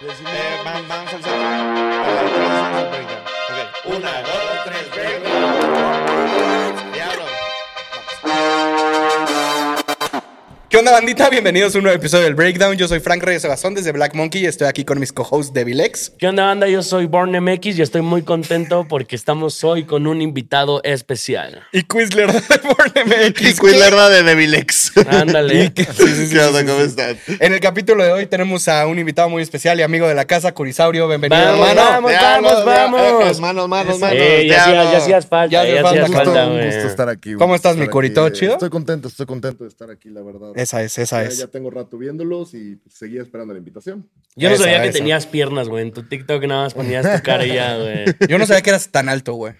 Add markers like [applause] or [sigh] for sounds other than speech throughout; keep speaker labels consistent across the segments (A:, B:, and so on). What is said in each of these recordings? A: Eh, van- vamos al centro. Vamos al tres, vamos al break, ya. Ok. Una, dos, tres, break. Diablo.
B: ¿Qué onda, bandita? Bienvenidos a un nuevo episodio del Breakdown. Yo soy Frank Reyes Sebastón desde Black Monkey y estoy aquí con mis co-hosts Devilex.
C: ¿Qué onda, banda? Yo soy Born MX y estoy muy contento porque estamos hoy con un invitado especial.
B: Y Quizler [laughs] de Born MX.
A: Y Quilerda de
B: [laughs]
A: Devilex.
C: Ándale.
B: ¿Qué?
A: ¿Qué onda? ¿Cómo están?
B: En el capítulo de hoy tenemos a un invitado muy especial y amigo de la casa, Curisaurio. Bienvenido,
C: Vamos,
B: hermano.
C: vamos, vamos, vamos.
A: Manos, manos, manos.
C: Eh, ya hacía- ya hacías
B: Ya
C: falta,
B: hacía
C: ya hacías
B: falta.
C: falta,
D: un gusto
C: güey.
D: estar aquí. un
B: ¿Cómo
D: gusto
B: estás, mi
D: estar
B: Corito?
D: aquí.
B: ¿Chido?
D: Estoy contento, estoy contento de estar aquí, la verdad.
B: Esa es, esa
D: ya,
B: es.
D: ya tengo rato viéndolos y pues, seguía esperando la invitación.
C: Yo no
B: Esa,
C: sabía que
B: esa.
C: tenías piernas, güey. En tu TikTok nada más ponías
B: [laughs]
C: tu cara y ya, güey.
B: Yo no sabía que eras tan alto, güey.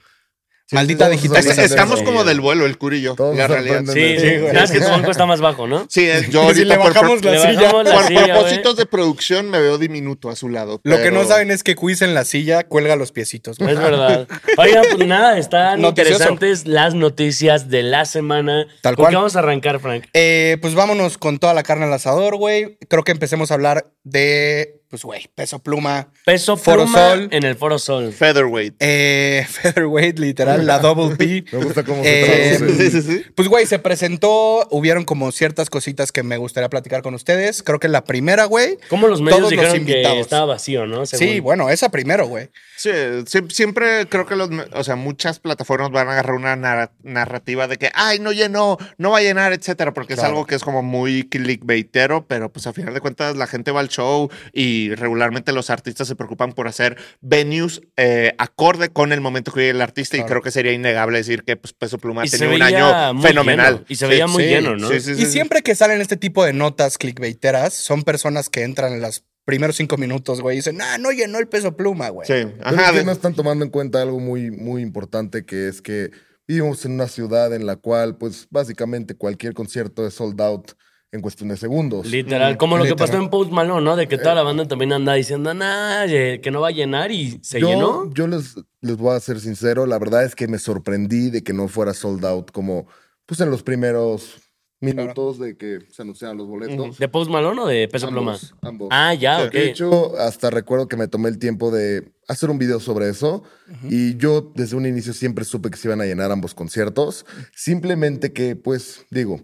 B: Maldita
D: sí,
B: digitación.
D: sí,
A: Es-
D: sí,
A: Estamos
C: sí.
A: como del vuelo, el Curi y yo.
D: Todos
A: La realidad.
C: Sí,
D: sorprenden.
B: Sí,
C: sí,
B: güey.
C: Sabes que tu banco está más bajo,
B: [laughs]
C: ¿no?
A: Sí, es- yo
B: Si
A: ahorita
B: le
A: por-
B: bajamos
C: Le
B: la silla.
C: bajamos la
A: Por
C: silla,
A: propósitos de producción me veo diminuto a su lado.
B: Lo que
A: pero-
B: no saben es que Quiz en la silla cuelga los piecitos.
C: güey.
B: güey.
C: Es verdad. Oigan, pues nada, están
B: Noticioso.
C: interesantes las noticias de la semana.
B: Tal
C: ¿Con
B: cual.
C: qué vamos a arrancar, Frank?
B: Eh, pues vámonos con toda la carne al asador, güey. Creo que empecemos a hablar de, pues, güey, peso pluma,
C: Peso
B: Foro
C: Foro
B: Sol.
C: en el Foro Sol.
A: Featherweight.
B: eh, [laughs] featherweight, literal, la double
A: [laughs]
B: P.
D: Me gusta cómo
B: Eh,
A: Sí,
D: se traduce.
A: sí, sí.
B: Pues, güey, se presentó, hubieron como ciertas cositas que me gustaría platicar con ustedes. Creo que la primera, güey.
C: ¿Cómo los medios
B: Todos los
C: dijeron
B: invitados.
C: que estaba vacío, no?
B: Sí,
C: Según-
B: bueno, esa primero, güey.
A: Sí, sie- siempre creo que los, me- o sea, muchas plataformas van a agarrar una narra- narrativa de que, ay, no llenó, no va a llenar, etcétera, porque es
B: Claro.
A: algo que es como muy clickbaitero, pero pues a final de cuentas la gente va al show y regularmente los artistas se preocupan por hacer venues eh, acorde con el momento que vive el artista y
B: Claro.
A: creo que sería innegable decir que pues, Peso Pluma ha
C: Y se
A: tenido un
C: veía
A: año
C: muy
A: fenomenal.
C: lleno, y se veía muy lleno, ¿no?
A: Sí, sí, sí,
B: y
A: sí.
B: siempre que salen este tipo de notas clickbaiteras, son personas que entran en los primeros cinco minutos, güey, y dicen, ah, no llenó el peso pluma, güey.
A: Sí,
D: Pero es
A: ajá.
D: que
A: de-
D: no están tomando en cuenta algo muy, muy importante que es que vivimos en una ciudad en la cual, pues, básicamente cualquier concierto es sold out en cuestión de segundos.
C: Literal, como lo
B: literal.
C: que pasó en Post Malone, ¿no? De que
D: Eh.
C: toda la banda también anda diciendo, nah, ye- que no va a llenar y se
D: yo,
C: llenó.
D: Yo les, les voy a ser sincero, la verdad es que me sorprendí de que no fuera sold out como pues en los primeros minutos de que se anunciaban los boletos.
C: ¿De Post Malone o de Peso Pluma?
D: Ambos, ambos.
C: Ah, ya, ok.
D: De hecho, hasta recuerdo que me tomé el tiempo de hacer un video sobre eso y yo desde un inicio siempre supe que se iban a llenar ambos conciertos, simplemente que pues digo,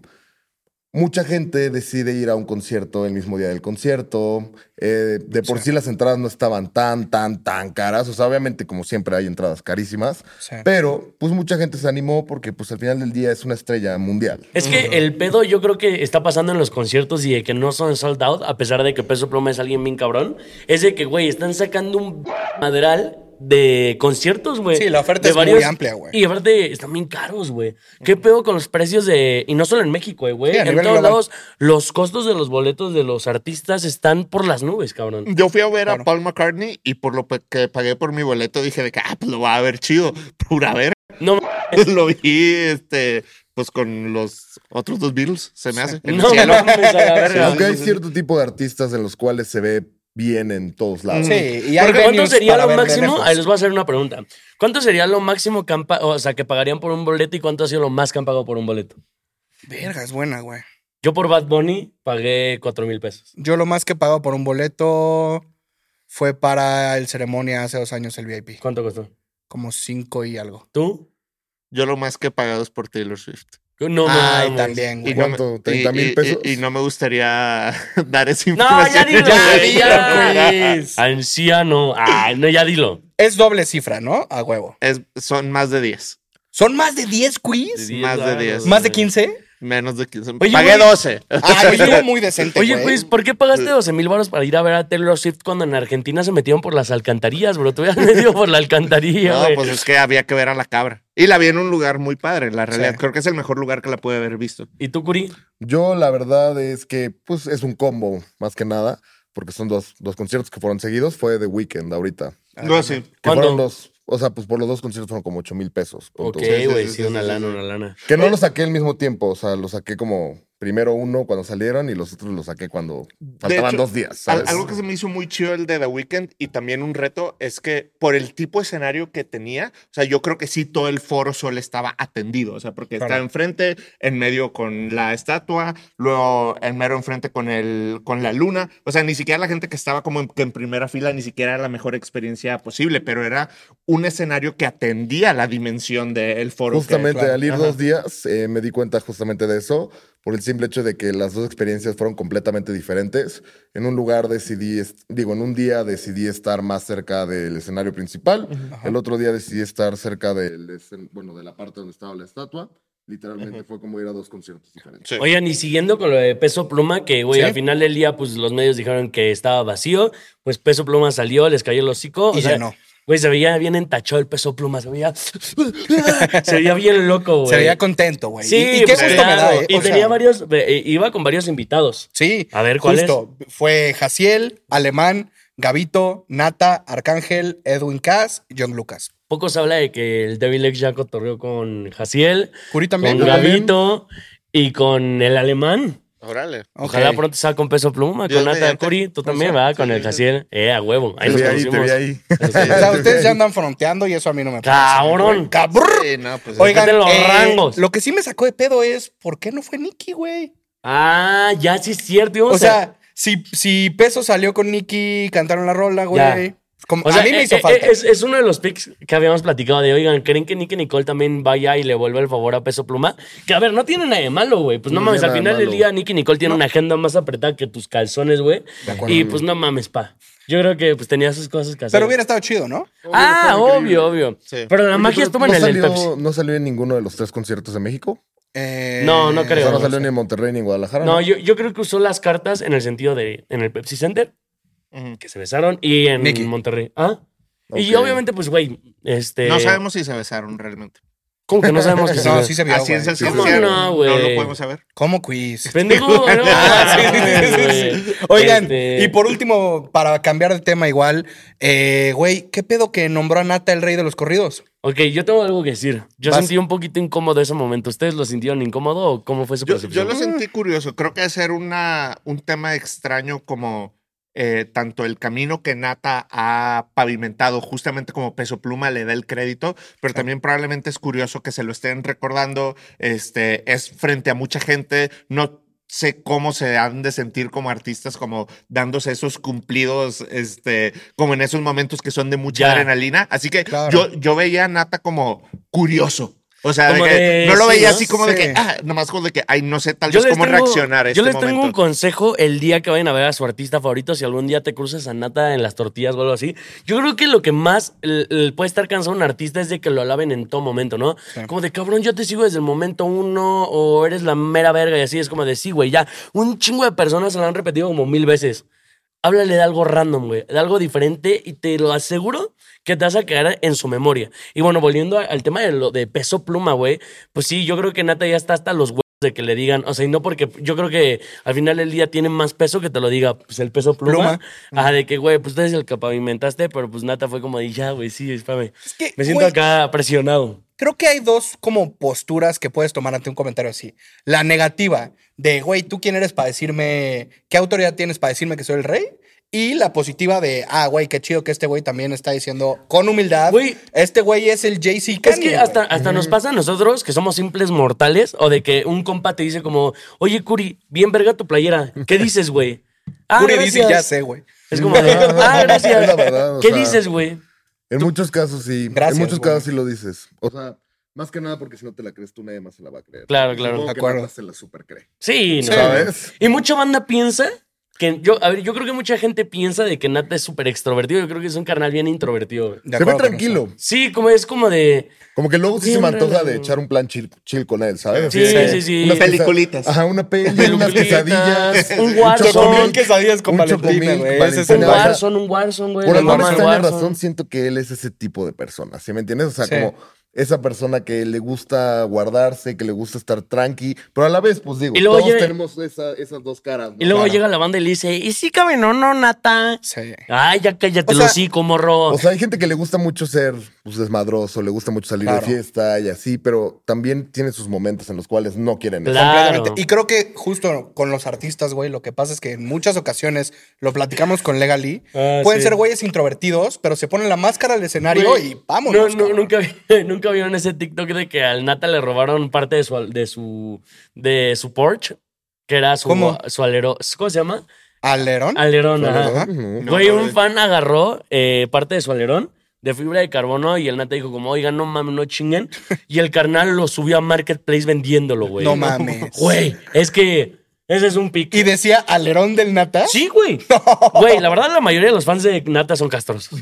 D: mucha gente decide ir a un concierto el mismo día del concierto, eh, de por sí. las entradas no estaban tan, tan, tan caras, o sea, obviamente como siempre hay entradas carísimas,
B: Sí.
D: pero pues mucha gente se animó porque pues al final del día es una estrella mundial.
C: Es que el pedo yo creo que está pasando en los conciertos y de que no son sold out, a pesar de que Peso Pluma es alguien bien cabrón, es de que, güey, están sacando un madral de conciertos, güey.
B: Sí, la oferta
C: De
B: es muy amplia, güey.
C: Y aparte están bien caros, güey. ¿Qué pedo con los precios de... Y no solo en México, eh, güey.
B: Sí, a
C: en
B: nivel
C: todos
B: global.
C: lados, los costos de los boletos de los artistas están por las nubes, cabrón.
A: Yo fui a ver
B: Claro.
A: a Paul McCartney y por lo pe- que pagué por mi boleto dije de que, ah, pues lo va a ver chido. [laughs] Pura ver.
C: No,
A: [laughs] lo vi, este, pues con los otros dos Beatles, se me hace.
C: [laughs] no, no, mames, a la verga.
D: Aunque hay cierto tipo de artistas en los cuales se ve bien en todos lados.
B: Sí, y hay
C: Porque ¿cuánto
B: venues
C: sería
B: para
C: lo
B: ver de
C: máximo?
B: lejos.
C: Ahí les voy a hacer una pregunta. ¿Cuánto sería lo máximo que han pa- o sea, que pagarían por un boleto y cuánto ha sido lo más que han pagado por un boleto?
B: Verga, es buena, güey.
C: Yo por Bad Bunny pagué 4 mil pesos.
B: Yo lo más que he pagado por un boleto fue para el ceremonia hace dos años, el VIP.
C: ¿Cuánto costó?
B: Como cinco y algo.
C: ¿Tú?
A: Yo lo más que he pagado es por Taylor Swift.
C: No,
B: Ay,
C: mames.
B: también, güey.
D: no- ¿Cuánto?
A: me- y-
D: ¿30,000
A: y- y-
D: pesos?
A: Y, no me gustaría [laughs] dar esa [laughs]
C: No,
A: información.
C: ya dilo. güey, ya.
B: Quiz.
C: Anciano. Ay, no, ya dilo.
B: Es doble cifra, ¿no? A huevo.
A: Es- son más de 10.
B: ¿Son más de 10 quiz?
A: Sí, Más de 10.
B: ¿Más de 15?
A: Menos de 15.
C: Oye,
A: Pagué
C: güey. [laughs]
A: 12.
B: Ah, yo llevo muy decente,
C: Oye,
B: güey.
C: pues, ¿por qué pagaste 12 mil baros para ir a ver a Taylor Swift cuando en Argentina se metieron por las alcantarillas, bro? Te [laughs] hubieran metido por la alcantarilla,
A: No,
C: güey.
A: pues es que había que ver a la cabra. Y la vi en un lugar muy padre, la realidad.
B: Sí.
A: Creo que es el mejor lugar que la pude haber visto.
C: ¿Y tú, Curi?
D: Yo la verdad es que pues es un combo más que nada, porque son dos, dos conciertos que fueron seguidos, fue The Weeknd ahorita.
A: No, sí.
D: Que
C: ¿Cuánto?
D: fueron los, o sea, pues por los dos conciertos fueron como 8 mil pesos.
C: Ok,
D: Entonces,
C: güey,
A: sí,
C: sí,
A: sí,
C: una
A: sí,
C: lana,
A: sí.
C: una lana.
D: Que no lo saqué al mismo tiempo, o sea, lo saqué como primero uno cuando salieron y los otros los saqué cuando faltaban
A: hecho,
D: dos días.
A: Al-
D: ¿sabes?
A: algo que se me hizo muy chido el de The Weeknd y también un reto es que por el tipo de escenario que tenía, o sea, yo creo que sí todo el Foro Sol estaba atendido, o sea, porque
B: Claro.
A: estaba enfrente, en medio con la estatua, luego en mero enfrente con, el, con la luna, o sea, ni siquiera la gente que estaba como en, que en primera fila, ni siquiera era la mejor experiencia posible, pero era un escenario que atendía la dimensión del Foro. que-
D: Justamente
B: claro,
D: al ir
A: ajá.
D: dos días eh, me di cuenta justamente de eso, por el simple hecho de que las dos experiencias fueron completamente diferentes. En un lugar decidí, est- digo, en un día decidí estar más cerca del escenario principal, el otro día decidí estar cerca del, escen- bueno, de la parte donde estaba la estatua. Literalmente fue como ir a dos conciertos diferentes.
A: Sí.
C: Oigan, y siguiendo con lo de Peso Pluma, que güey,
B: Sí.
C: al final del día, pues los medios dijeron que estaba vacío, pues Peso Pluma salió, les cayó el hocico.
B: Y
C: o sea,
B: llenó.
C: Güey, se veía bien entachado el Peso Pluma, se veía. [laughs] se veía bien loco, güey.
B: Se veía contento, güey.
C: Sí,
B: y, y qué
C: pues,
B: gusto me
C: claro.
B: da, ¿eh?
C: Y
B: O sea,
C: tenía varios, eh, iba con varios invitados.
B: Sí.
C: A ver, ¿cuál
B: justo. Fue Jaciel, Alemán, Gavito, Nata, Arcángel, Edwin Cass, y John Lucas.
C: Poco se habla de que el Devil X ya cotorreó con Jaciel,
B: Curi
C: con
B: también.
D: Yo también.
C: Gabito y con el alemán.
A: Órale.
B: Ok.
C: Ojalá pronto salga con peso pluma,
A: Dios
C: con Nata
A: mediante.
C: Curi, tú
A: Pues,
C: también,
A: sí,
C: ¿verdad?
A: sí,
C: con el
A: sí.
C: Jaciel. Eh, a huevo. Ahí
D: Te
C: nos
D: vi ahí, te
C: conocimos.
D: vi ahí.
B: O sea, ustedes ya andan fronteando y eso a mí no me parece.
C: Cabrón.
B: Cabrón.
A: Sí, no, pues,
C: Oiga.
B: Oigan,
C: de los
B: eh,
C: rangos.
B: lo que sí me sacó de pedo es ¿por qué no fue Nicky, güey?
C: Ah, ya sí es cierto. íbamos
B: O
C: a-
B: sea, si, si Peso salió con Nicky, cantaron la rola, güey.
C: Ya.
B: Como-
C: o
B: a
C: sea,
B: mí me
C: eh,
B: hizo
C: eh,
B: falta.
C: Es, es uno de los picks que habíamos platicado de, oigan, ¿creen que Nick Nicole también vaya y le vuelva el favor a Peso Pluma? Que a ver, no tiene nada de malo, güey. Pues no,
D: No
C: mames,
D: tiene
C: al
D: nada
C: final
D: de
C: del
D: malo.
C: día Nick Nicole tiene una agenda más apretada que tus calzones, güey.
B: De acuerdo.
C: Y pues no mames, pa. Yo creo que pues tenía sus cosas que hacer.
B: Pero hubiera estado chido, ¿no?
C: Ah,
D: Obvio, estaba
C: obvio, obvio.
A: Sí.
C: Pero la magia
D: Oye,
C: estuvo en
D: ¿no
C: el del Pepsi.
D: salió, ¿No salió en ninguno de los tres conciertos de México?
B: Eh,
C: No, no
D: O sea,
C: creo.
D: no salió ni en Monterrey ni en Guadalajara.
C: No, yo, yo creo que usó las cartas en el sentido de en el Pepsi Center,
A: Ujú.
C: que se besaron, y en
B: Mickey.
C: Monterrey. Ah. Y
D: Ok.
C: obviamente, pues, güey, este.
A: No sabemos si se besaron realmente.
C: ¿Cómo que no
B: [laughs]
C: sabemos que se
B: No,
C: besó?
B: sí se vio,
A: A
B: güey.
A: ciencia
C: ¿Cómo
A: cierta,
C: no,
A: No
C: güey?
A: lo podemos saber.
B: ¿Cómo quiz? [laughs]
C: Pendejo, no,
B: Ah, sí,
C: mames,
B: sí, sí,
C: güey.
B: sí. Oigan,
C: Este,
B: y por último, para cambiar de tema igual, eh, güey, ¿qué pedo que nombró a Nata el rey de los corridos?
C: Ok, yo tengo algo que decir. Yo
B: Vas.
C: sentí un poquito incómodo ese momento. ¿Ustedes lo sintieron incómodo o cómo fue su
A: Yo, yo
C: percepción?
A: lo sentí curioso. Creo que hacer una, un tema extraño como eh, tanto el camino que Nata ha pavimentado, justamente como Peso Pluma le da el crédito, pero también probablemente es curioso que se lo estén recordando. Este, es frente a mucha gente, no sé cómo se han de sentir como artistas, como dándose esos cumplidos, este, como en esos momentos que son de mucha
C: Ya.
A: adrenalina. Así que
B: Claro.
A: yo, yo veía a Nata como curioso. O sea, de
C: Como
A: que
C: de-
A: no lo
C: sí,
A: veía
C: ¿no?
A: así como de
B: Sí.
A: que, ah, nomás como de que, ay, no sé tal
C: Yo
A: vez
C: les
A: cómo
C: tengo-
A: reaccionar este
C: Yo les tengo un
A: momento.
C: consejo el día que vayan a ver a su artista favorito, si algún día te cruces a Nata en las tortillas o algo así. Yo creo que lo que más l- l- puede estar cansado un artista es de que lo alaben en todo momento, ¿no? Como de cabrón, yo te sigo desde el momento uno o eres la mera verga y así. Es como de sí, güey, ya. Un chingo de personas se lo han repetido como mil veces. Háblale de algo random, güey, de algo diferente y te lo aseguro que te vas a quedar en su memoria. Y bueno, volviendo a- al tema de lo de peso pluma, güey, pues sí, yo creo que Nata ya está hasta los huevos de que le digan, o sea, y no porque yo creo que al final del día tiene más peso que te lo diga, pues el peso pluma.
B: Pluma.
C: Ajá, de que, güey, pues tú eres el que pavimentaste, pero pues Nata fue como de, ya, güey, sí, espérame.
B: Es que,
C: Me siento
B: güey,
C: acá presionado.
B: Creo que hay dos como posturas que puedes tomar ante un comentario así. La negativa de, güey, ¿tú quién eres para decirme, qué autoridad tienes para decirme que soy el rey? Y la positiva de, ah, güey, qué chido que este güey también está diciendo con humildad,
C: Güey.
B: este güey es el Jay-Z
C: Es
B: Kanye,
C: que hasta,
B: güey".
C: hasta
D: Mm.
C: nos pasa a nosotros que somos simples mortales o de que un compa te dice como, oye, Curi, bien verga tu playera.
D: [laughs]
C: ¿Qué dices, güey? Ah,
B: Curi dice,
C: gracias.
B: ya sé, güey.
C: Es como, de,
D: [laughs]
C: ah, gracias.
D: Es la verdad, o
C: ¿Qué
D: sea.
C: dices, güey?
D: En muchos casos sí.
B: Gracias,
D: en muchos
B: güey.
D: casos sí lo dices. O sea, más que nada porque si no te la crees tú, nadie más se la va a creer.
C: Claro, Ah, claro.
D: Supongo
B: De
D: que
B: acuerdo.
D: Nata se la supercree.
C: Sí, no.
D: ¿Sabes?
C: Y mucha banda piensa que yo, a ver, yo creo que mucha gente piensa de que Nata es súper extrovertido. Yo creo que es un carnal bien introvertido. güey.
B: De
D: se
B: acuerdo
D: ve
B: con eso.
D: tranquilo.
C: Sí, como es como de.
D: Como que luego sí se
C: Bien
D: me antoja de
C: relajado.
D: echar un plan chill, chill con él, ¿sabes?
C: Sí,
D: Así de
C: sí, sí.
D: unas pesa-
A: Peliculitas.
D: Ajá, una peli, unas
C: Peliculitas,
D: quesadillas.
C: un
D: chocomilk,
C: Warzone.
B: Quesadillas con
D: un
B: Valentina,
D: chocomilk,
B: güey, ese es
C: Un
B: Sí,
D: Valentina.
B: no, o sea,
C: Warzone, un Warzone, güey.
D: Por
C: la
D: alguna
C: mamá del
D: extraña
C: Warzone.
D: razón siento que él es ese tipo de persona, ¿sí me entiendes? O sea,
B: Sí.
D: como esa persona que le gusta guardarse, que le gusta estar tranqui, pero a la vez, pues digo,
C: Y luego
D: todos
C: llega-
D: tenemos esa- esas dos caras. ¿no?
C: Y luego
D: Claro.
C: llega la banda y le dice, ¿y sí cabe no, no, Nata?
B: Sí.
C: Ay, ya cállate,
B: O
C: lo
B: sea-
C: sí, como morro.
D: O sea, hay gente que le gusta mucho ser pues, desmadroso, le gusta mucho salir
B: Claro.
D: de fiesta y así, pero también tiene sus momentos en los cuales no quieren eso.
C: Claro.
B: Completamente. Y creo que justo con los artistas, güey, lo que pasa es que en muchas ocasiones lo platicamos con Legally.
C: Ah,
B: pueden
C: sí.
B: ser güeyes introvertidos, pero se ponen la máscara al escenario
C: Güey,
B: y vámonos.
C: No, no,
B: cabrón.
C: nunca, vi- [laughs] nunca vieron ese TikTok de que al Nata le robaron parte de su, al- de su, de su Porsche, que era su,
B: ¿Cómo? ¿Ah?
C: su alero, ¿cómo se llama?
B: ¿Alerón?
C: Alerón, ajá.
D: Ajá.
A: No,
C: Güey,
A: no,
C: un
A: eh.
C: fan agarró eh, parte de su alerón de fibra de carbono y el Nata dijo como, oigan, no mames, no chinguen. Y el carnal lo subió a Marketplace vendiéndolo, güey.
B: No mames.
C: Güey, es que ese es un pique.
B: Y decía alerón del nata.
C: Sí,
D: [laughs]
C: güey. Güey, la verdad, la mayoría de los fans de Nata son castrosos.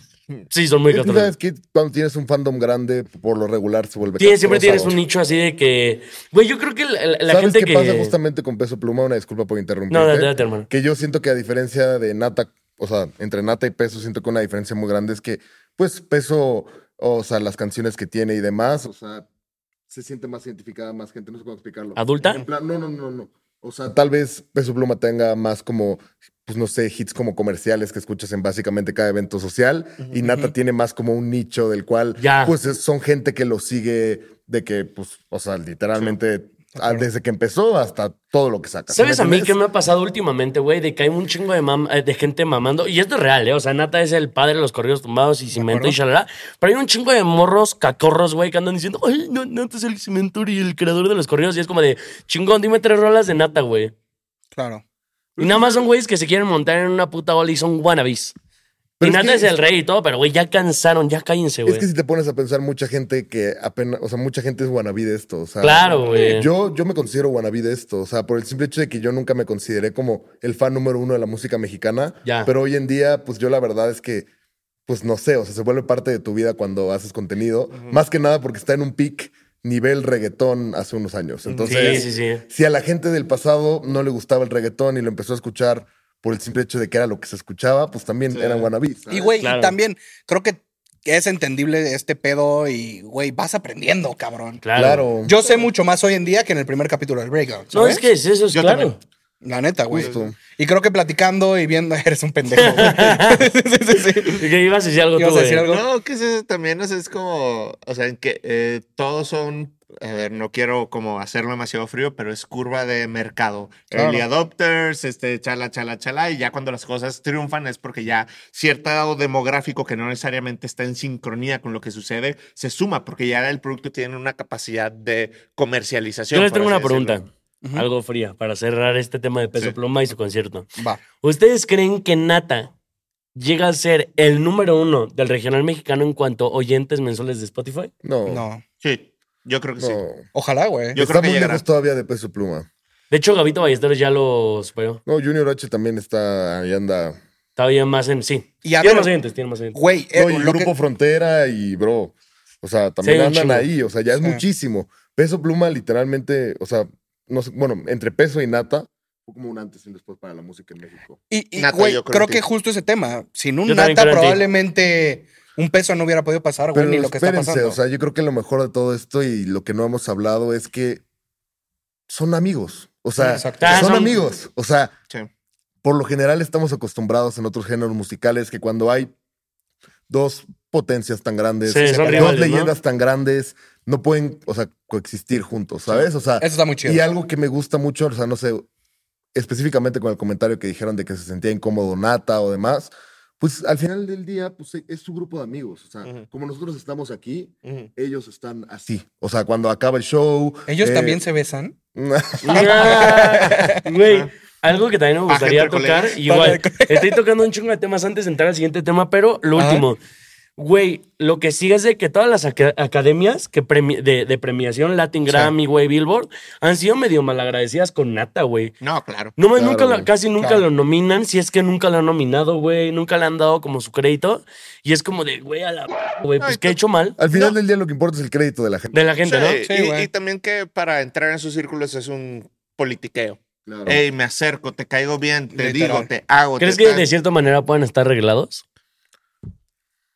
C: Sí, son
D: [laughs]
C: muy
D: Es que,
C: castrosos.
D: ¿Sabes qué? Cuando tienes un fandom grande, por lo regular se vuelve.
C: Tienes- siempre
D: castroso.
C: tienes un nicho así de que... Güey, yo creo que la, la- la
D: ¿Sabes
C: gente
D: qué
C: que...
D: pasa justamente con Peso Pluma? Una disculpa por interrumpir.
C: No, date, date, hermano.
D: Que yo siento que a diferencia de Nata, o sea, entre Nata y Peso, siento que una diferencia muy grande es que, pues, Peso, o sea, las canciones que tiene y demás, o sea, se siente más identificada más gente, no sé cómo explicarlo.
C: ¿Adulta?
D: En plan, no, no, no, no. O sea, tal vez Peso Pluma tenga más como, pues no sé, hits como comerciales que escuchas en básicamente cada evento social. Y Nata tiene más como un nicho del cual,
C: Ya.
D: pues es- son gente que lo sigue de que, pues, o sea, literalmente ah, desde que empezó hasta todo lo que saca.
C: ¿Sabes
D: ¿Me
C: a mí qué
D: entiendes?
C: me ha pasado últimamente, güey? De que hay un chingo de, mam- eh, de gente mamando. Y esto es real, ¿eh? O sea, Nata es el padre de los corridos tumbados y cimento y shalala. Pero hay un chingo de morros cacorros, güey, que andan diciendo, ay, no, Nata es el cimento y el creador de los corridos. Y es como de, chingón, dime tres rolas de Nata, güey.
B: Claro.
C: Y nada más son güeyes que se quieren montar en una puta ola y son wannabes.
D: Pero
C: y
D: es
C: Nata
D: que-
C: es el rey y todo, pero güey, ya cansaron, ya cállense, güey.
D: Es que si te pones a pensar, mucha gente que apenas, o sea, mucha gente es wannabe de esto. O sea,
C: Claro, güey.
D: Yo, yo me considero wannabe de esto, o sea, por el simple hecho de que yo nunca me consideré como el fan número uno de la música mexicana.
C: Ya.
D: Pero hoy en día, pues yo la verdad es que, pues no sé, o sea, se vuelve parte de tu vida cuando haces contenido. Más que nada porque está en un peak nivel reggaetón hace unos años. Entonces,
C: sí, sí, sí.
D: si a la gente del pasado no le gustaba el reggaetón y lo empezó a escuchar por el simple hecho de que era lo que se escuchaba, pues también eran wannabes.
B: Y, güey, y
C: Claro.
B: también creo que es entendible este pedo y, güey, vas aprendiendo, cabrón.
C: Claro.
D: Claro.
B: Yo sé mucho más hoy en día que en el primer capítulo del Breakout.
C: No, es que es eso, es
A: Yo
C: claro.
A: también.
B: La neta, güey.
D: Justo.
B: Y creo que platicando y viendo. [laughs] Eres un pendejo. güey. sí, sí, sí.
C: Y que ibas a decir algo tú,
B: ¿Ibas a decir
C: güey.
B: algo?
A: No, que es eso también, o sea, es como, o sea, en que eh, todos son, a ver, no quiero como hacerlo demasiado frío, pero es curva de mercado.
B: Claro.
A: Early adopters, este, chala, chala, chala, y ya cuando las cosas triunfan es porque ya cierto demográfico que no necesariamente está en sincronía con lo que sucede, se suma, porque ya el producto tiene una capacidad de comercialización.
C: Yo les
A: por
C: tengo
A: así
C: una
A: decirlo.
C: pregunta, algo fría, para cerrar este tema de peso
A: Sí.
C: pluma y su concierto.
B: Va.
C: ¿Ustedes creen que Nata llega a ser el número uno del regional mexicano en cuanto a oyentes mensuales de Spotify?
D: Oh.
B: No.
A: Sí, yo creo que sí.
D: No.
B: Ojalá, güey.
A: Yo- creo
D: está
A: que
D: muy
A: llegará.
D: lejos todavía de peso pluma.
C: De hecho, Gavito Ballesteros ya lo superó.
D: No, Junior H también está ahí anda.
C: Todavía más en sí.
B: Y a
C: tiene
B: ver-
C: más oyentes, tiene más oyentes.
B: Güey, eh,
D: No, y
B: lo que-
D: Grupo Frontera y bro. O sea,
C: Sí,
D: también
C: un
D: andan
C: chingo.
D: ahí. O sea, ya es
B: Sí.
D: muchísimo. Peso pluma, literalmente, o sea, no sé, bueno, entre peso y nata. Fue como un antes y un después para la música en México.
B: Y, y,
A: Nata,
B: güey,
A: yo creo
B: creo
A: en
B: que
A: ti.
B: justo ese tema. Sin un
C: Yo también
B: Nata,
C: creo en ti.
B: probablemente un peso no hubiera podido pasar, güey,
D: Pero
B: ni lo que está
D: espérense,
B: pasando.
D: o sea, yo creo que lo mejor de todo esto y lo que no hemos hablado es que son amigos. O sea,
B: Exacto.
C: Ah,
D: son
C: son-
D: amigos. O sea,
A: Sí.
D: por lo general estamos acostumbrados en otros géneros musicales que cuando hay dos potencias tan grandes,
C: Sí, son
D: dos
C: rivales, ¿no?
D: leyendas tan grandes, no pueden, o sea, coexistir juntos, ¿sabes? O sea,
B: Eso está muy chido.
D: y algo que me gusta mucho, o sea, no sé, específicamente con el comentario que dijeron de que se sentía incómodo Nata o demás, pues al final del día, pues es su grupo de amigos. O sea, como nosotros estamos aquí, ellos están así. O sea, cuando acaba el show.
B: Ellos
D: eh,
B: también se besan.
C: Ah, Güey, algo que también me
A: Paja
C: gustaría
A: entre
C: tocar,
A: colegas.
C: igual,
B: Paja
C: estoy tocando un chingo de temas antes de entrar al siguiente tema, pero lo
B: Ajá.
C: último. Güey, lo que sigue es de que todas las aca- academias que premi- de, de premiación, Latin Grammy, güey, Billboard, han sido medio malagradecidas con Nata, güey.
A: No, claro.
C: No, más
D: Claro,
C: nunca la-
D: güey.
C: casi nunca
B: Claro.
C: lo nominan, si es que nunca lo han nominado, güey, nunca le han dado como su crédito. Y es como de, güey, a la... Güey, pues,
A: Ay,
C: ¿qué he hecho mal?
D: [laughs] Al final del día lo que importa es el crédito de la gente.
C: De la gente, ¿no?
A: Sí,
B: Sí,
A: y-
B: güey.
A: y, también que para entrar en sus círculos es un politiqueo.
D: Claro.
A: Ey, me acerco, te caigo bien, te
B: Literal.
A: digo, te hago.
C: ¿Crees
A: te
C: que
A: tal.
C: de cierta manera pueden estar arreglados?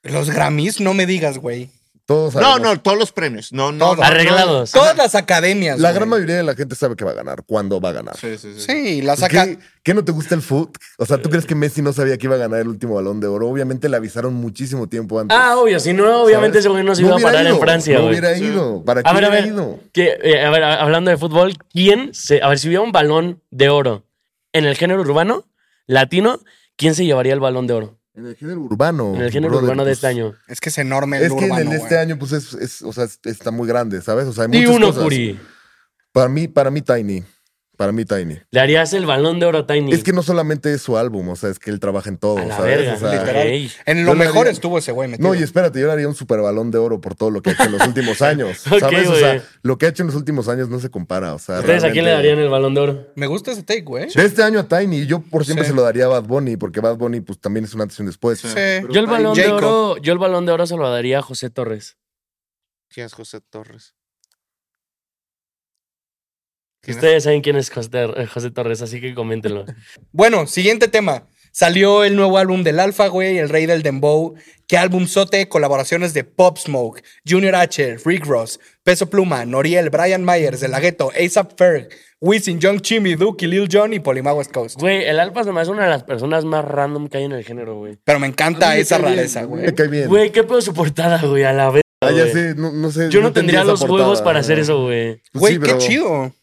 B: Los Grammys, no me digas, güey.
D: Todos
A: No,
D: sabemos.
A: no, todos los premios. No, no.
B: Todos.
A: no.
C: Arreglados.
B: Todas las academias.
D: La
B: güey.
D: gran mayoría de la gente sabe que va a ganar, cuándo va a ganar.
A: Sí, sí, sí.
B: Sí, las acá.
D: ¿Qué, qué no te gusta el foot? O sea, ¿tú crees que Messi no sabía que iba a ganar el último balón de oro? Obviamente le avisaron muchísimo tiempo antes.
C: Ah, obvio, si no, obviamente ese güey no se iba a
D: Pues, hubiera
C: parar en
D: ido,
C: Francia,
D: No
C: güey.
D: hubiera ido. ¿Para qué
C: A ver, a
D: hubiera
C: ver,
D: ido?
C: que, eh, a ver, a- hablando de fútbol, ¿quién se. A ver, si hubiera un balón de oro en el género urbano, latino, ¿quién se llevaría el balón de oro?
D: En el género urbano.
C: En el género
D: brother,
C: urbano de
D: pues,
C: este año.
B: Es que es enorme el
D: Es que en
B: urbano,
D: el de
B: güey.
D: este año, pues es, es- o sea, es- está muy grande, ¿sabes? O sea, hay
C: Di
D: muchas
C: uno,
D: cosas.
C: Curi.
D: Para mí, para mí, Tiny. Para mí, Tiny.
C: Le harías el balón de oro a Tiny.
D: Es que no solamente es su álbum, o sea, es que él trabaja en todo,
C: a la
D: ¿sabes?
C: verga.
D: O sea,
B: literal.
C: Ey.
B: En lo
D: Yo le
B: mejor
D: haría-
B: estuvo ese güey metido.
D: No, y espérate, yo le haría un super balón de oro por todo lo que ha hecho en los
C: [laughs]
D: últimos años.
C: Ok,
D: ¿Sabes? o sea,
C: güey.
D: lo que ha hecho en los últimos años no se compara. O sea,
C: ¿Ustedes a quién le
D: realmente-
C: darían el balón de oro?
B: Me gusta ese take, güey.
D: De este año a Tiny, yo por siempre
B: Sí.
D: se lo daría a Bad Bunny, porque Bad Bunny pues también es un antes y un después.
A: Sí.
B: Sí.
C: Yo el balón de
B: Jacob.
C: oro, yo el balón de oro se lo daría a José Torres.
A: ¿Quién es José Torres? ¿Quién es?
C: Ustedes saben quién es José, Tor- eh, José Torres, así que coméntenlo.
B: Bueno, siguiente tema. Salió el nuevo álbum del Alfa, güey, El Rey del Dembow. ¿Qué álbum sote? Colaboraciones de Pop Smoke, Junior H, Rick Ross, Peso Pluma, Noriel, Brian Myers, De La Ghetto, ASAP Ferg, Wisin, Young Chimmy, Duki, Lil Jon y Polima West Coast.
C: Güey, el Alfa se me hace una de las personas más random que hay en el género, güey.
B: Pero me encanta
D: Me
B: esa
D: cae bien,
B: rareza, güey.
D: Me cae bien.
C: Güey, qué pedo su portada, güey, a la vez.
D: Ah, ya sé, no, no sé.
C: Yo no,
D: entendí
C: tendría
D: esa
C: los huevos
D: portada.
C: para hacer eso, güey.
D: Pues
B: Güey,
D: sí,
B: qué
D: pero-
B: chido.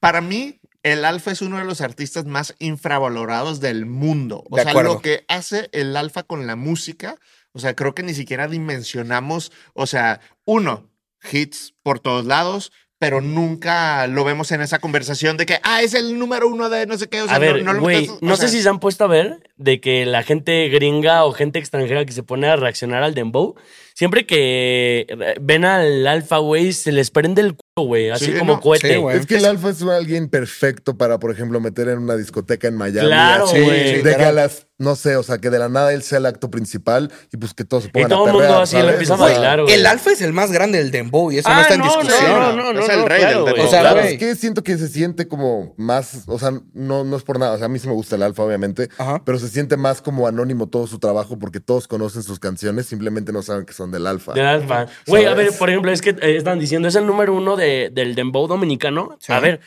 A: Para mí, el Alfa es uno de los artistas más infravalorados del mundo. O
B: De
A: sea,
B: acuerdo.
A: lo que hace el Alfa con la música, o sea, creo que ni siquiera dimensionamos, o sea, uno, hits por todos lados. Pero nunca lo vemos en esa conversación de que, ah, es el número uno de no sé qué. O sea,
C: a ver,
A: no, lo
C: güey, no,
A: estás- o
C: sé
A: sea,
C: si se han puesto a ver de que la gente gringa o gente extranjera que se pone a reaccionar al dembow, siempre que eh, ven al alfa, güey, se les prende el culo, güey,
A: Sí,
C: así como
A: no,
C: cohete.
B: sí, güey.
D: Es que el Alfa es alguien perfecto para, por ejemplo, meter en una discoteca en Miami.
C: Claro,
D: así,
C: güey.
D: De que a
B: Literal.
D: las, no sé, o sea, que de la nada él sea el acto principal y pues que todos se pongan
C: todo
D: a
C: el mundo
D: perrear,
C: así lo
D: ¿sabes?
C: empieza a
D: O sea,
C: bailar, güey.
B: El Alfa es el más grande del Dembow y eso no
C: Ah,
B: está en
C: no,
B: discusión.
C: no, no, no,
A: es
C: no,
A: el rey
C: claro,
A: del
C: güey.
B: O sea,
D: Claro,
B: güey.
D: es que siento que se siente como más, o sea, no, no es por nada, o sea, a mí sí me gusta el alfa, obviamente,
B: Ajá.
D: pero se siente más como anónimo todo su trabajo porque todos conocen sus canciones, simplemente no saben que son del alfa.
C: Del alfa. Güey, a ver,
D: ¿Sabes?
C: por ejemplo, es que eh, están diciendo, es el número uno de- del dembow dominicano.
B: Sí.
C: A ver,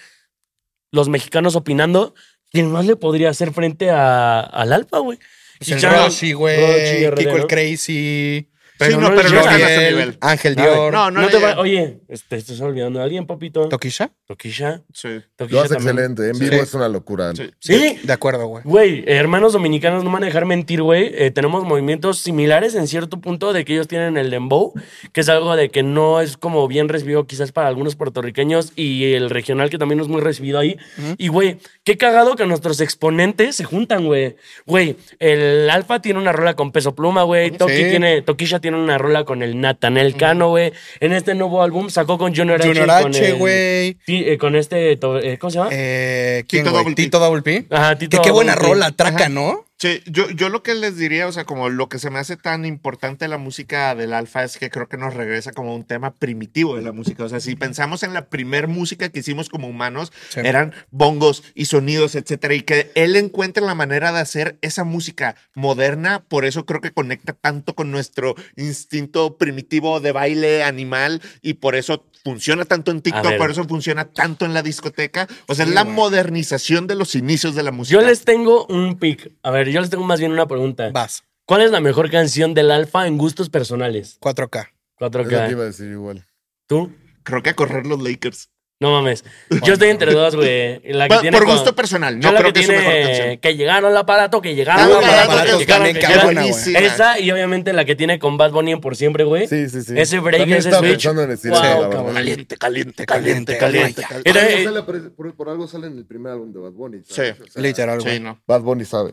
C: los mexicanos opinando, ¿quién más le podría hacer frente a- al alfa, güey?
B: Pues
C: Y
B: el
C: ya-
B: Roshi,
C: Roshi,
B: güey.
C: RD,
B: Kiko
C: ¿no?
B: el Crazy.
A: Sí, no,
C: no
A: pero no
C: llega.
A: está a ese
B: Gabriel,
A: nivel.
B: Ángel
C: Nada.
B: Dior.
A: No,
C: No te
A: le-
C: va- oye, este, estás olvidando a alguien, papito.
B: ¿Tokisha?
C: Toquisha.
A: Sí.
D: Lo
C: Toquisha
D: hace
C: también.
D: excelente, en
B: Sí.
D: vivo es una locura.
A: Sí.
C: Sí.
B: De acuerdo, güey.
C: Güey, eh, hermanos dominicanos, no me van a dejar mentir, güey. eh, tenemos movimientos similares en cierto punto de que ellos tienen el dembow, que es algo de que no es como bien recibido quizás para algunos puertorriqueños y el regional que también no es muy recibido ahí. Y, güey, qué cagado que nuestros exponentes se juntan, güey. Güey, el Alfa tiene una rola con Peso Pluma, güey. Toki
B: Sí.
C: tiene, Toquisha tiene una rola con el Natanel Cano, güey. En este nuevo álbum sacó con Junior H. y
B: Junior
C: con
B: H,
C: el-
B: güey.
C: Sí, eh, con este, to- eh, ¿cómo se llama?
B: Eh, ¿Quién,
A: Tito
B: güey?
A: Double P.
B: Tito Double P.
C: Ajá, Tito
B: Que qué buena
C: Double P.
B: rola, traca, ¿no?
A: Sí, yo, yo lo que les diría, o sea, como lo que se me hace tan importante la música del alfa es que creo que nos regresa como a un tema primitivo de la música. O sea, si pensamos en la primer música que hicimos como humanos,
B: Sí.
A: eran bongos y sonidos, etcétera, y que él encuentre la manera de hacer esa música moderna, por eso creo que conecta tanto con nuestro instinto primitivo de baile animal y por eso funciona tanto en TikTok,
C: ver.
A: por eso funciona tanto en la discoteca. O sea, es la modernización de los inicios de la música.
C: Yo les tengo un pick. A ver, yo les tengo más bien una pregunta.
B: Vas,
C: ¿Cuál es la mejor canción del Alfa en gustos personales?
B: 4K.
D: Es lo que
C: 4K.
D: iba a decir igual.
C: ¿Tú?
A: Creo que a correr los Lakers.
C: No mames. Yo estoy entre dos, güey. La que
A: Pa-
C: tiene
A: por
C: con-
A: gusto personal,
C: Yo
A: no
C: la
A: creo que,
C: tiene
A: es su mejor canción.
C: Que llegaron al aparato, que llegaron
B: Ah,
C: al
B: la
C: aparato.
B: aparato,
C: que llegaron,
B: también,
C: que
B: qué
C: llegaron.
B: buena, güey.
A: Buenísima.
C: Esa y obviamente la que tiene con Bad Bunny en Por Siempre, güey.
D: Sí, sí, sí.
C: Ese break,
D: También
C: ese
D: estaba
C: switch.
D: pensando en decir
C: Wow,
D: eso, la
C: cabrón.
D: verdad.
A: Caliente, caliente,
B: caliente,
A: caliente, caliente.
B: caliente.
C: Era-
D: Algo
C: eh,
D: sale por, por- por algo sale en el primer álbum de Bad Bunny. ¿sabes?
A: Sí.
D: O sea,
B: Literal, güey.
A: Sí, no.
D: Bad Bunny sabe.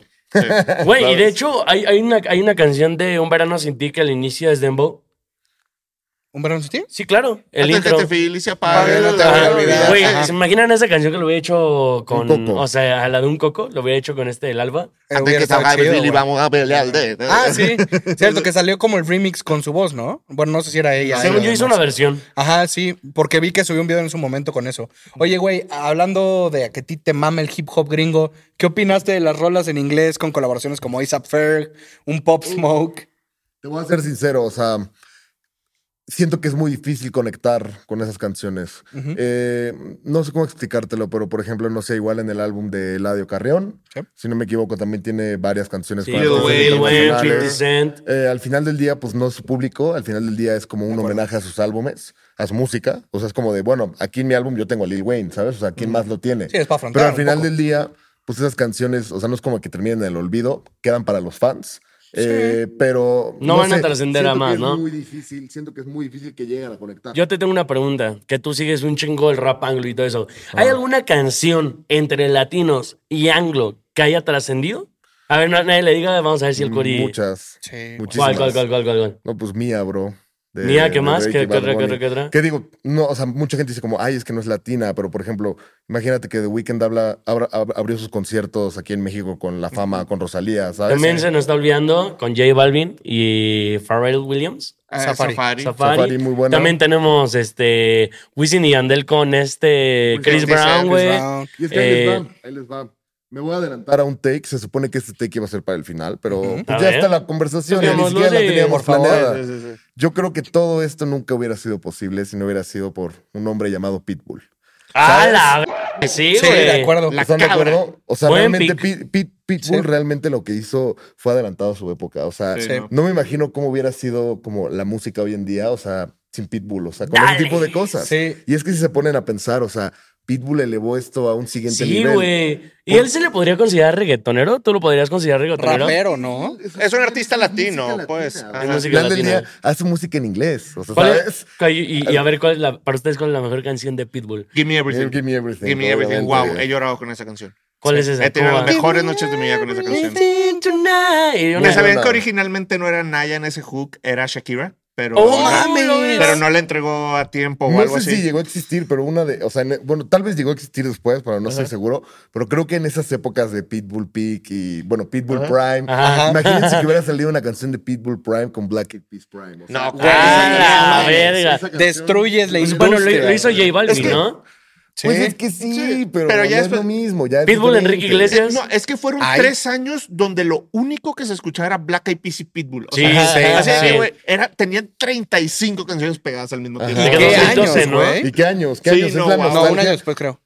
C: Güey, y de hecho hay, hay una, hay una canción de Un Verano Sin Ti que al inicio es Dembow.
B: ¿Un verano sin ti?
C: Sí, claro. El
A: Antes que
C: intro.
A: te felicia
B: Padre, no te
C: Ah,
B: voy a
A: padre,
B: olvidar.
C: Güey,
B: Ajá.
C: ¿se imaginan esa canción que lo hubiera hecho con.
D: Un coco.
C: O sea, a la de un coco, lo hubiera hecho con este del Alba.
B: Eh,
A: Antes
B: hubiera
A: que
B: estado
A: salga
B: chido,
A: Billy,
B: güey.
A: vamos a pelear al de.
B: Ah, sí. Cierto, que salió como el remix con su voz, ¿no? Bueno, no sé si era ella. ¿eh?
C: Según
B: ella,
C: yo, hizo
B: no
C: una
B: sé.
C: versión.
B: Ajá, sí, porque vi que subió un video en su momento con eso. Oye, güey, hablando de que a ti te mama el hip hop gringo, ¿qué opinaste de las rolas en inglés con colaboraciones como ASAP Ferg, un Pop Smoke?
D: Te voy a ser sincero, o sea, siento que es muy difícil conectar con esas canciones.
B: Ujú.
D: Eh, no sé cómo explicártelo, pero por ejemplo, no sé, igual en el álbum de Eladio Carrión,
B: Sí.
D: si no me equivoco, también tiene varias canciones
C: Sí,
D: con
A: Lil
C: Lil
D: artistas
A: Wayne,
C: Wayne,
A: Wayne,
C: 50
D: internacionales.
C: Cent.
D: Eh, al final del día, pues no es su público, al final del día es como un homenaje a sus álbumes, a su música. O sea, es como de, bueno, aquí en mi álbum yo tengo a Lil Wayne, ¿sabes? O sea, ¿quién más lo tiene?
B: Sí, es para afrontar
D: Pero al
B: un
D: final
B: poco.
D: del día, pues esas canciones, o sea, no es como que terminen en el olvido, quedan para los fans. Eh, pero
C: No van a trascender a
D: siento que
C: más,
D: es
C: ¿no?
D: muy difícil siento que es muy difícil que lleguen a conectar
C: Yo te tengo una pregunta, que tú sigues un chingo el rap anglo y todo eso. ¿Hay alguna canción entre latinos y anglo que haya trascendido? A ver, no- nadie le diga, vamos a ver si el Cori...
D: Mm, Muchas.
B: Sí, güey.
D: muchísimas.
C: ¿Cuál, cuál, cuál, cuál, cuál, cuál?
D: No, pues mía, bro. de-
C: Mía, ¿qué
D: de
C: más?
D: Drake
C: ¿Qué- qué
D: y Bad
C: otra, qué
D: Bunny.
C: otra, qué otra?
D: Que digo, no, o sea, mucha gente dice como, ay, es que no es latina, pero por ejemplo, imagínate que The Weeknd habla, abra- ab- abrió sus conciertos aquí en México con La Fama, con Rosalía, ¿sabes?
C: También se nos está olvidando con J Balvin y Pharrell Williams.
A: Eh,
B: Safari.
A: Safari.
C: Safari.
D: Safari, muy buena.
C: También tenemos este Wisin y Yandel con este
A: Wisin,
C: Chris
A: Chris
C: Brown,
A: Brown,
C: güey.
B: Brown.
D: Y es que ahí les
C: Eh,
D: va, ahí les va. Me voy a adelantar a un take, se supone que este take iba a ser para el final, pero pues,
C: A
D: ya
C: ver.
D: está la conversación, ya ni
C: Teníamos
D: siquiera la
C: lo de-
D: teníamos
C: por favor.
D: planeada.
A: Sí, sí, sí.
D: Yo creo que todo esto nunca hubiera sido posible si no hubiera sido por un hombre llamado Pitbull.
C: ¡Ah,
D: ¿Sabes?
C: la verga! Sí,
B: Sí, de
C: güey.
B: acuerdo.
A: La
D: ¿Están de
A: cabra.
D: acuerdo? O sea,
C: Buen
D: realmente
C: pick.
D: Pit- Pit- Pitbull
B: Sí.
D: realmente lo que hizo fue adelantado a su época. O sea,
A: Sí,
B: Sí.
A: no.
D: no me imagino cómo hubiera sido como la música hoy en día, o sea, sin Pitbull, o sea, con
C: Dale.
D: ese tipo de cosas.
B: Sí.
D: Y es que si se ponen a pensar, o sea, Pitbull elevó esto a un siguiente
C: Sí,
D: nivel.
C: güey. ¿Y él se le podría considerar reggaetonero? ¿Tú lo podrías considerar reggaetonero?
B: Rapero, ¿no?
A: Es un artista latino,
D: música
A: pues.
D: latina,
A: Ajá.
C: Es
D: güey. Al
C: música
D: final del
C: latina.
D: día, hace música en inglés. O sea,
C: ¿Cuál es-
D: ¿sabes? Eh,
C: cuál- y, y a ver, ¿cuál es la, para ustedes, ¿cuál es la mejor canción de Pitbull?
A: Give me everything.
D: Give me everything.
A: Give me everything. Wow,
D: obviamente.
A: he llorado con esa canción.
C: ¿Cuál es esa?
A: He tenido
C: ¿Cómo
A: las
C: va?
A: mejores noches de mi vida con esa canción.
C: Everything tonight. Y una-
A: ¿No sabían
D: no.
A: que originalmente no era Naya en ese hook? Era Shakira, pero,
C: ¡Oh, mames!
A: pero no la entregó a tiempo o
D: No sé
A: algo
D: si
A: así.
D: llegó a existir, pero una de. O sea, en- e, bueno, tal vez llegó a existir después, pero no estoy seguro. Pero creo que en esas épocas de Pitbull Peak y, bueno, Pitbull Prime.
C: Ajá.
D: Imagínense que hubiera salido una canción de Pitbull Prime con Black Eyed Peas Prime. o sea,
A: No,
D: güey,
A: claro.
C: ¡Ah, la
D: esa canción-
C: verga!
D: esa canción-
B: Destruyes la
C: Pues,
B: industria.
C: bueno, lo, lo hizo J Balvin,
A: Es que-
C: ¿no?
D: Pues
B: Sí.
D: es que sí,
A: Sí,
D: pero,
A: pero
D: no
A: ya
D: es
A: después-
D: lo mismo. ya es
C: Pitbull,
D: diferente.
C: Enrique Iglesias.
A: No, es que fueron
B: Ay.
A: tres años donde lo único que se escuchaba era Black Eyed Peas y Pitbull. O
C: Sí,
A: sea,
B: sí,
A: así de
C: sí.
A: que, güey, era, tenían 35 canciones pegadas al mismo
D: Ajá.
A: tiempo.
C: De que
B: ¿Qué
C: 212,
B: años,
C: ¿no?
B: güey?
D: ¿Eh? ¿Y qué años? ¿Qué
A: Sí,
D: años?
A: no,
D: es la
A: wow.
B: No, un año
D: nostalgia.
B: después creo.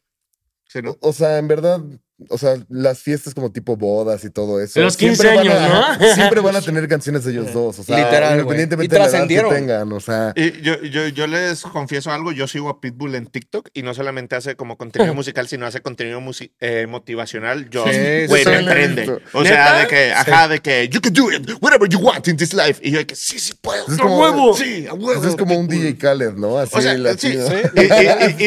A: Sí, ¿no?
D: O sea, en verdad, o sea, las fiestas como tipo bodas y todo eso.
C: Los
D: siempre
C: 15
D: van a-
C: años, ¿no?
D: [laughs]
C: [laughs]
D: Siempre van a tener canciones de ellos dos. O sea,
B: Literal, güey.
D: independientemente
B: Y
D: de la edad que
B: trascendieron.
D: tengan. O sea,
A: Y yo, yo, yo les confieso algo, yo sigo a Pitbull en TikTok y no solamente hace como contenido musical, sino hace contenido musi- eh, motivacional. Yo,
B: Sí, sí,
A: güey,
B: sí,
A: me
D: lo he
A: prende.
D: visto.
A: O sea,
C: ¿Neta?
A: de que, ajá, de que, you can do it, whatever you want in this life. Y yo de que, sí, sí puedo.
D: Es
A: ¡A
D: como-
A: huevo! Sí, a
D: pues
A: huevo.
D: es como un
A: Pitbull".
D: DJ Khaled, ¿no? Así
A: O sea, sí,
D: latino.
A: sí.
D: [laughs]
A: Y, y-
C: [laughs]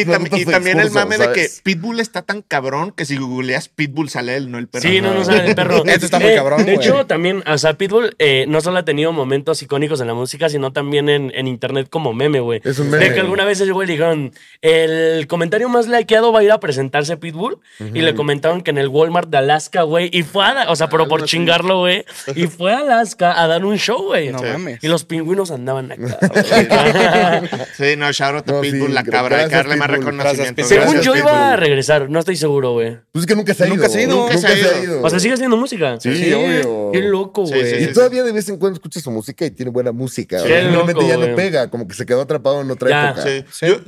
A: y- y tam- y
D: Nosotros
A: también el
D: expuso,
A: mame de que
D: ¿sabes?
A: Pitbull está tan cabrón que si googleas Pitbull sale él, no el perro.
C: Sí, no, no sale el perro.
B: Esto está muy
C: Eh,
B: cabrón, güey.
C: De hecho, también, o sea, Pitbull eh, no solo ha tenido momentos icónicos en la música, sino también en, en internet como meme, güey.
D: Es un
C: De
D: meme.
C: que alguna vez ese güey le dijeron, el comentario más likeado va a ir a presentarse Pitbull. Y le comentaron que en el Walmart de Alaska, güey. Y fue a, da- o sea, pero por chingarlo, güey. Y fue a Alaska a dar un show, güey.
B: No
A: Sí.
B: mames.
C: Y los pingüinos andaban acá.
A: [laughs] Sí, no, shout out a
D: No, sí,
A: Pitbull, la
D: gra-
A: cabra. Hay que
D: gracias,
A: darle más
D: Pitbull.
A: reconocimiento.
B: Gracias,
C: [laughs] Según
A: Gracias,
C: yo iba a
A: Pitbull.
C: regresar, no estoy seguro, güey.
D: Pues es que nunca se ha ido.
B: Nunca se ha ido.
D: Nunca se ha ido.
C: O sea, sigue haciendo música.
D: Sí, obvio.
C: Qué loco,
A: Sí,
C: güey.
A: sí, sí.
D: Y todavía de vez en cuando escucha su música y tiene buena música.
C: Qué
D: o sea, Simplemente
C: loco,
D: ya
C: güey.
D: no pega, como que se quedó atrapado en otra
C: Ya,
D: época.
A: Sí.
B: Sí.
A: Yo,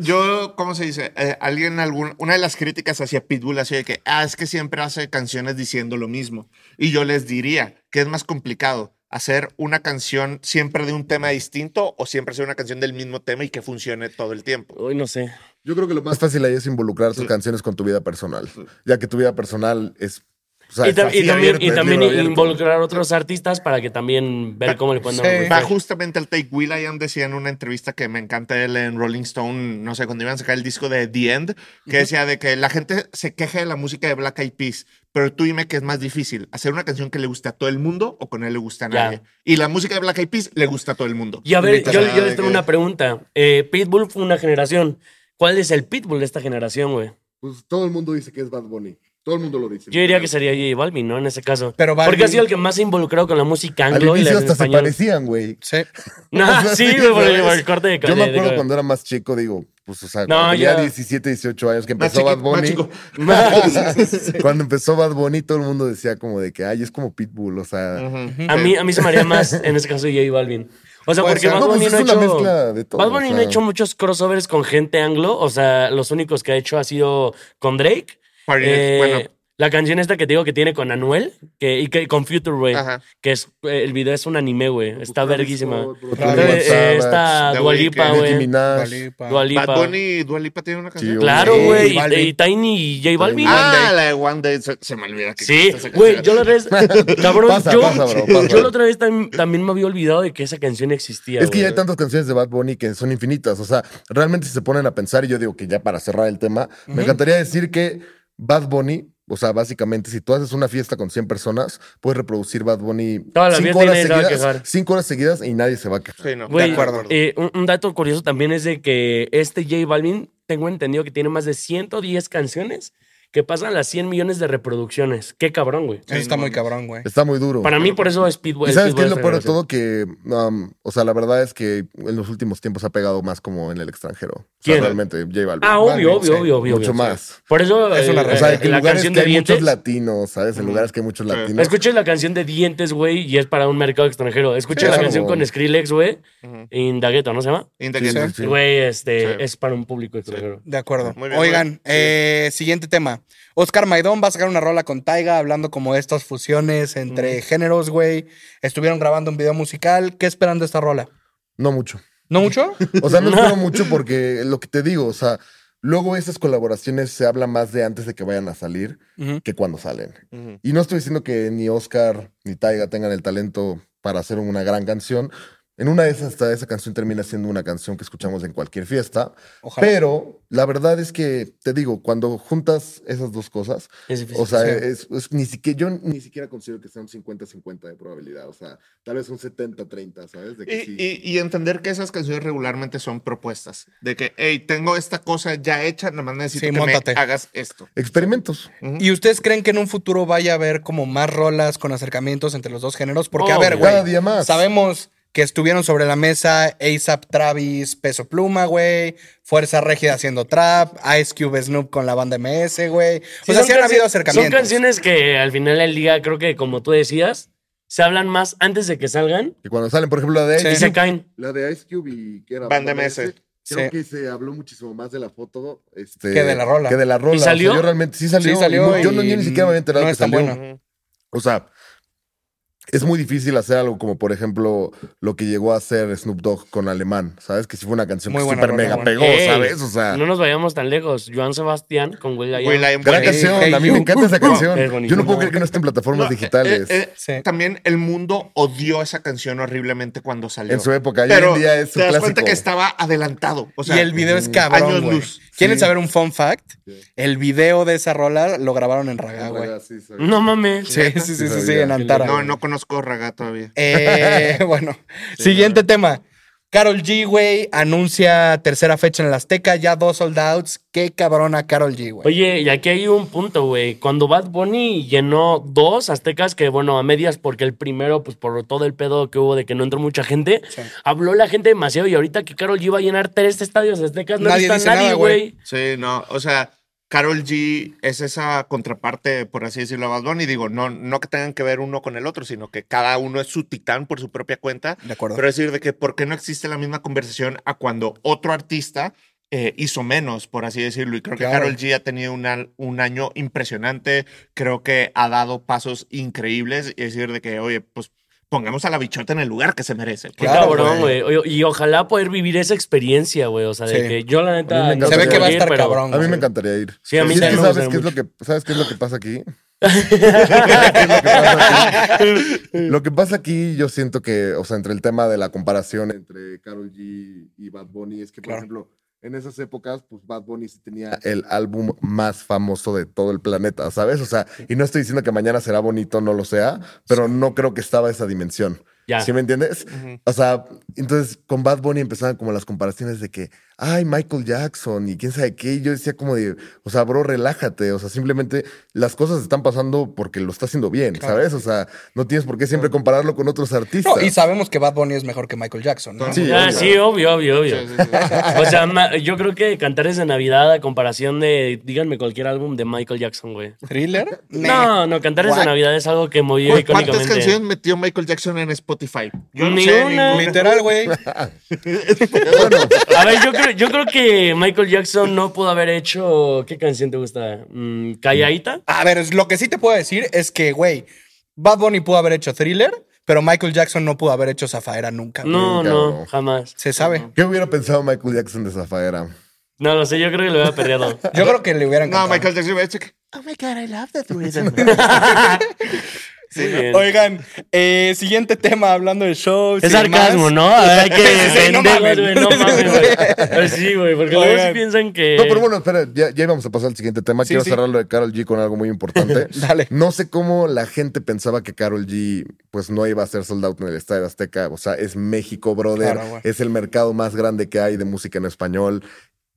A: yo, ¿cómo se dice? Eh, alguien, algún, una de las críticas hacia Pitbull ha sido de que, ah, es que siempre hace canciones diciendo lo mismo. Y yo les diría que es más complicado hacer una canción siempre de un tema distinto o siempre hacer una canción del mismo tema y que funcione todo el tiempo.
C: Hoy no sé.
D: Yo creo que lo más fácil ahí es involucrar tus canciones con tu vida personal, ya que tu vida personal es. o sea,
C: Y,
D: es
C: tam- y
D: así
C: también,
D: abierta,
C: y
D: es
C: también
D: libro abierto.
C: involucrar a otros artistas para que también ver cómo le pueden dar un
B: Sí.
C: refresh.
A: Va justamente al Take Will I Am decía en una entrevista que me encanta él en Rolling Stone, no sé, cuando iban a sacar el disco de The End, que decía de que la gente se queja de la música de Black Eyed Peas, pero tú dime que es más difícil, hacer una canción que le gusta a todo el mundo o con él le gusta a
C: Ya.
A: nadie. Y la música de Black Eyed Peas le gusta a todo el mundo.
C: Y a ver, yo,
A: Literal,
C: yo les
A: de
C: tengo
A: que-
C: una pregunta. Eh, Pitbull fue una generación. ¿Cuál es el Pitbull de esta generación, güey?
D: Pues todo el mundo dice que es Bad Bunny. Todo el mundo lo dice.
C: Yo diría que sería J Balvin, ¿no? En ese caso.
B: Pero Balvin-
C: Porque ha sido el que más se ha involucrado con la música
D: Al
C: anglo y la
D: inicio
C: en
D: hasta se
C: español.
D: parecían, güey.
B: Sí.
C: [laughs]
D: [laughs]
C: No, sí, güey, por, el- por el corte de
D: Yo me
C: de-
D: acuerdo
C: de-
D: cuando era más chico, digo, pues, o sea,
C: No,
D: cuando tenía
C: ya.
D: 17, 18 años que
A: Más
D: empezó Bad
A: chiquito, más
D: Bunny.
C: [laughs]
A: chico.
D: Cuando [laughs] empezó Bad Bunny, todo el mundo decía como de que, ay, es como Pitbull, o sea.
A: Ujú.
C: A mí, a mí se me haría más, en ese caso, J Balvin. O sea,
B: Puede
C: porque
B: ser.
C: Bad
D: No, pues
C: Bunny
D: es
C: no ha
D: una
C: hecho-
D: mezcla de todo.
C: Bad Bunny
D: o sea.
C: no ha hecho muchos crossovers con gente anglo. O sea, los únicos que ha hecho ha sido con Drake.
A: Party Next,
C: eh,
A: bueno,
C: La canción esta que te digo que tiene con Anuel que, y que, con Future, güey.
A: ajá.
C: Que es, eh, el video es un anime, güey. Está
D: Travis
C: verguísima.
D: Scott, Bro,
B: Claro.
D: Twenty One
C: Eh, eh, Esta
A: The
C: Dualipa,
A: Weeknd,
D: Savage, Nicki
C: güey.
D: Minaj.
B: Dualipa.
C: Dua Lipa.
A: Bad Bunny y Dua Lipa tienen una canción.
D: Sí,
C: Claro,
D: Sí,
C: güey. y-
B: Balvin.
C: Y, Tiny y J Balvin.
D: Balvin.
A: Ah, la de One Day. Se, se me olvida que
C: Sí,
A: existe esa
C: güey,
A: canción.
C: yo la otra vez. Cabrón,
D: [laughs] Pasa,
C: yo,
D: pasa, bro,
C: yo
D: pasa.
C: la otra vez tam- también me había olvidado de que esa canción existía.
D: Es que ya hay
C: güey.
D: tantas canciones de Bad Bunny que son infinitas. O sea, realmente si se ponen a pensar, y yo digo que ya para cerrar el tema, me encantaría decir que Bad Bunny, o sea, básicamente, si tú haces una fiesta con 100 personas, puedes reproducir Bad Bunny
C: Toda la fiesta y nadie se va a
D: seguidas.
C: quejar.
D: 5 horas seguidas y nadie se va a quejar.
A: Sí, no,
C: Güey,
A: de acuerdo.
C: eh, un, un dato curioso también es de que este J Balvin, tengo entendido que tiene más de 110 canciones que pasan las 100 millones de reproducciones. Qué cabrón, güey.
B: Eso está muy cabrón, güey.
D: Está muy duro.
C: Para mí, por eso es Speedway.
D: ¿Y sabes qué es lo peor de todo? Que, um, o sea, la verdad es que en los últimos tiempos ha pegado más como en el extranjero. O sea,
C: ¿Quién?
D: realmente, J Balvin.
C: Ah,
B: Balvin,
C: obvio, obvio,
B: sí.
C: obvio, obvio.
D: Mucho
C: sí.
D: más.
C: Por eso,
B: Es una
C: eh,
D: O sea, que en
C: la
D: lugares
C: canción
D: que
C: de
D: hay muchos
C: dientes.
D: latinos, ¿sabes? En lugares que hay muchos latinos.
C: Escuchen la canción de dientes, güey, y es para un mercado extranjero. Escuchen
D: Sí,
C: la
D: claro.
C: canción con Skrillex, güey,
A: Ujú.
C: Indagueto, ¿no se llama?
A: In the
D: Sí,
A: Game.
D: sí, sí.
C: Güey, este,
A: Sí.
C: es para un público extranjero.
B: De acuerdo.
A: Muy bien,
B: Oigan,
A: muy bien.
B: eh, siguiente tema. Oscar Maidón va a sacar una rola con Taiga hablando como de estas fusiones entre géneros, güey. Estuvieron grabando un video musical. ¿Qué esperan de esta rola?
D: No mucho.
B: ¿No mucho?
D: O sea,
B: [laughs]
D: no espero mucho porque lo que te digo, o sea, luego esas colaboraciones se habla más de antes de que vayan a salir
B: Ujú.
D: que cuando salen.
A: Ujú.
D: Y no estoy diciendo que ni Oscar ni Taiga tengan el talento para hacer una gran canción. En una de esas, hasta esa canción termina siendo una canción que escuchamos en cualquier fiesta.
B: Ojalá.
D: Pero la verdad es que, te digo, cuando juntas esas dos cosas,
C: Es difícil.
D: o sea,
B: Sí.
D: es, es- ni siquiera, yo ni siquiera considero que sea un 50-50 de probabilidad. O sea, tal vez un 70-30, ¿sabes? De que sí.
A: Y, y- y entender que esas canciones regularmente son propuestas. De que, hey, tengo esta cosa ya hecha, nada más necesito
B: Sí,
A: que
B: móntate.
A: me hagas esto.
D: Experimentos.
B: ¿Y ustedes creen que en un futuro vaya a haber como más rolas con acercamientos entre los dos géneros? Porque, a ver,
C: Obvio.
D: Cada
B: güey,
D: día más.
B: sabemos que estuvieron sobre la mesa ASAP Travis, Peso Pluma, güey, Fuerza Régida haciendo trap, Ice Cube Snoop con la banda MS, güey.
C: Sí,
B: o sea,
C: son
B: sí han
C: canci-
B: habido
C: Son
B: acercamientos.
C: canciones que al final del día, creo que como tú decías, se hablan más antes de que salgan
D: Que cuando salen, por ejemplo, la de
B: Sí.
C: y
D: Ice
C: se
D: Cube-
C: caen.
D: La de Ice Cube y que era
A: Banda MS.
D: Creo
B: Sí.
D: que se habló muchísimo más de la foto este,
B: Que de la rola.
D: Que de la rola. O sea,
C: salió?
D: yo realmente sí salió.
B: Sí,
D: y
B: salió
D: no- yo, no,
B: y
D: yo ni siquiera me había enterado
B: no
D: que
B: es tan
D: salió.
B: buena.
A: Ujú.
D: O sea, es muy difícil hacer algo como, por ejemplo, lo que llegó a hacer Snoop Dogg con Alemán. ¿Sabes? Que sí fue una canción
B: Muy
D: que
B: buena
D: súper
B: rola,
D: mega
B: buena.
D: pegó,
C: Ey,
D: ¿sabes? O sea,
B: Ah.
C: No nos vayamos tan lejos. Joan Sebastián con Will I Am.
A: Will I Am
D: gran
A: Hey,
D: canción.
B: hey,
D: a mí
B: you.
D: me encanta esa canción.
C: es
D: yo
C: buenísimo.
D: no puedo creer que no esté en
A: No,
D: plataformas digitales.
A: eh, eh,
B: Sí.
A: También el mundo odió esa canción horriblemente cuando salió.
D: en su época. Y
A: Pero
D: hoy en día es
A: te
D: un
A: das
D: clásico.
A: cuenta que estaba adelantado. O sea,
B: y el video es cabrón,
A: años
B: güey.
A: luz.
B: mm, ¿Quieren
D: Sí.
B: saber un fun fact?
D: Sí.
B: El video de esa rola lo grabaron en Raga, güey.
D: Sí, sí.
C: No mames.
B: Sí, sí, sí, sí, sí,
D: Sí,
B: en
D: sí,
B: Antara.
A: No, no conozco Raga todavía.
B: Eh, [laughs] bueno, siguiente tema. Carol G, güey, anuncia tercera fecha en el Azteca, ya dos sold outs. Qué cabrona Carol G, güey.
C: Oye, y aquí hay un punto, güey. Cuando Bad Bunny llenó dos aztecas, que bueno, a medias, porque el primero, pues por todo el pedo que hubo de que no entró mucha gente,
B: Sí.
C: habló la gente demasiado. Y ahorita que Carol G va a llenar tres estadios aztecas, no
B: Nadie
C: está
B: dice
C: nadie,
B: nada, güey.
C: güey.
A: Sí, no, o sea, Carol G es esa contraparte, por así decirlo, a Bad Bunny. Digo, no, no que tengan que ver uno con el otro, sino que cada uno es su titán por su propia cuenta.
B: De acuerdo.
A: Pero decir de que por qué no existe la misma conversación a cuando otro artista eh, hizo menos, por así decirlo. Y creo
B: Claro.
A: que Carol G ha tenido una- un año impresionante. Creo que ha dado pasos increíbles. Y decir de que, oye, pues pongamos a la bichota en el lugar que se merece.
C: Qué
B: Claro,
C: cabrón,
B: güey.
C: güey. Oye, Y ojalá poder vivir esa experiencia, güey. O sea, de
B: Sí.
C: que yo la
D: A
C: neta.
D: mí me
B: Se ve
D: no,
B: que va a
D: sí,
B: estar
C: pero-
B: cabrón.
D: A mí
B: güey.
D: me encantaría ir.
C: Sí, a mí
D: Y es que
C: también me
D: ¿sabes,
C: gustaría
D: qué es lo
C: mucho.
D: que, ¿Sabes qué es lo que
C: [laughs]
D: pasa aquí? ¿Qué es lo que pasa aquí? Lo que pasa aquí, yo siento que, o sea, entre el tema de la comparación entre Karol G y Bad Bunny, es que, por
B: Claro.
D: ejemplo, en esas épocas, pues Bad Bunny sí tenía el álbum más famoso de todo el planeta, ¿sabes? O sea, y no estoy diciendo que mañana será bonito, no lo sea, pero no creo que estaba esa dimensión.
C: Ya.
D: ¿Sí me entiendes?
A: Ujú.
D: O sea, Entonces, con Bad Bunny empezaban como las comparaciones de que, ay, Michael Jackson y quién sabe qué. Y yo decía como de, o sea, bro, relájate. O sea, simplemente las cosas están pasando porque lo está haciendo bien, ¿sabes? O sea, no tienes por qué siempre compararlo con otros artistas.
B: No, y sabemos que Bad Bunny es mejor que Michael Jackson, ¿no?
D: Sí,
C: Ah,
D: obvio.
C: sí, obvio, obvio, obvio.
A: Sí, sí, [laughs] sí.
C: O sea, ma- yo creo que Cantares de Navidad a comparación de, díganme cualquier álbum de Michael Jackson, güey.
B: ¿Thriller?
C: No, no, Cantares
B: Guac.
C: de Navidad es algo que movió
A: Güey, ¿Cuántas
C: icónicamente.
A: canciones metió Michael Jackson en Spotify?
C: Ni una.
A: ninguna.
B: Literal, [laughs] güey.
C: A ver, yo creo, yo creo que Michael Jackson no pudo haber hecho. ¿Qué canción te gusta? Mm, ¿Calladita?
B: A ver, es- lo que sí te puedo decir es que, güey, Bad Bunny pudo haber hecho Thriller, pero Michael Jackson no pudo haber hecho Zafaera nunca. güey.
C: No,
D: Nunca,
C: no,
D: no.
C: jamás.
B: Se sabe.
D: ¿Qué hubiera pensado Michael Jackson de Zafaera?
C: No lo sé, yo creo que lo hubiera
B: [laughs]
C: perdido.
B: Yo creo que le hubieran
A: No,
B: cantado.
A: Michael Jackson hubiera dicho que, Oh my God, I love that rhythm. Pero
C: Sí, bien.
B: Oigan, eh, siguiente tema, hablando de shows.
D: Pues
C: Es
B: y demás.
C: sarcasmo, ¿no? A ver, hay
D: [laughs]
C: que
B: Sí, sí, no
C: defenderlos,
B: mamen.
C: güey. No mames, güey. [laughs] Sí, güey, porque luego sí
B: Oigan.
C: piensan que.
D: No, pero bueno, espera, ya, ya íbamos a pasar al siguiente tema. Quiero
B: Eh, sí.
D: cerrar lo de Carol G con algo muy importante.
B: [laughs] Dale.
D: No sé cómo la gente pensaba que Carol G pues no iba a ser sold out en el Estadio Azteca. O sea, es México, brother.
B: Claro, güey.
D: es el mercado más grande que hay de música en español.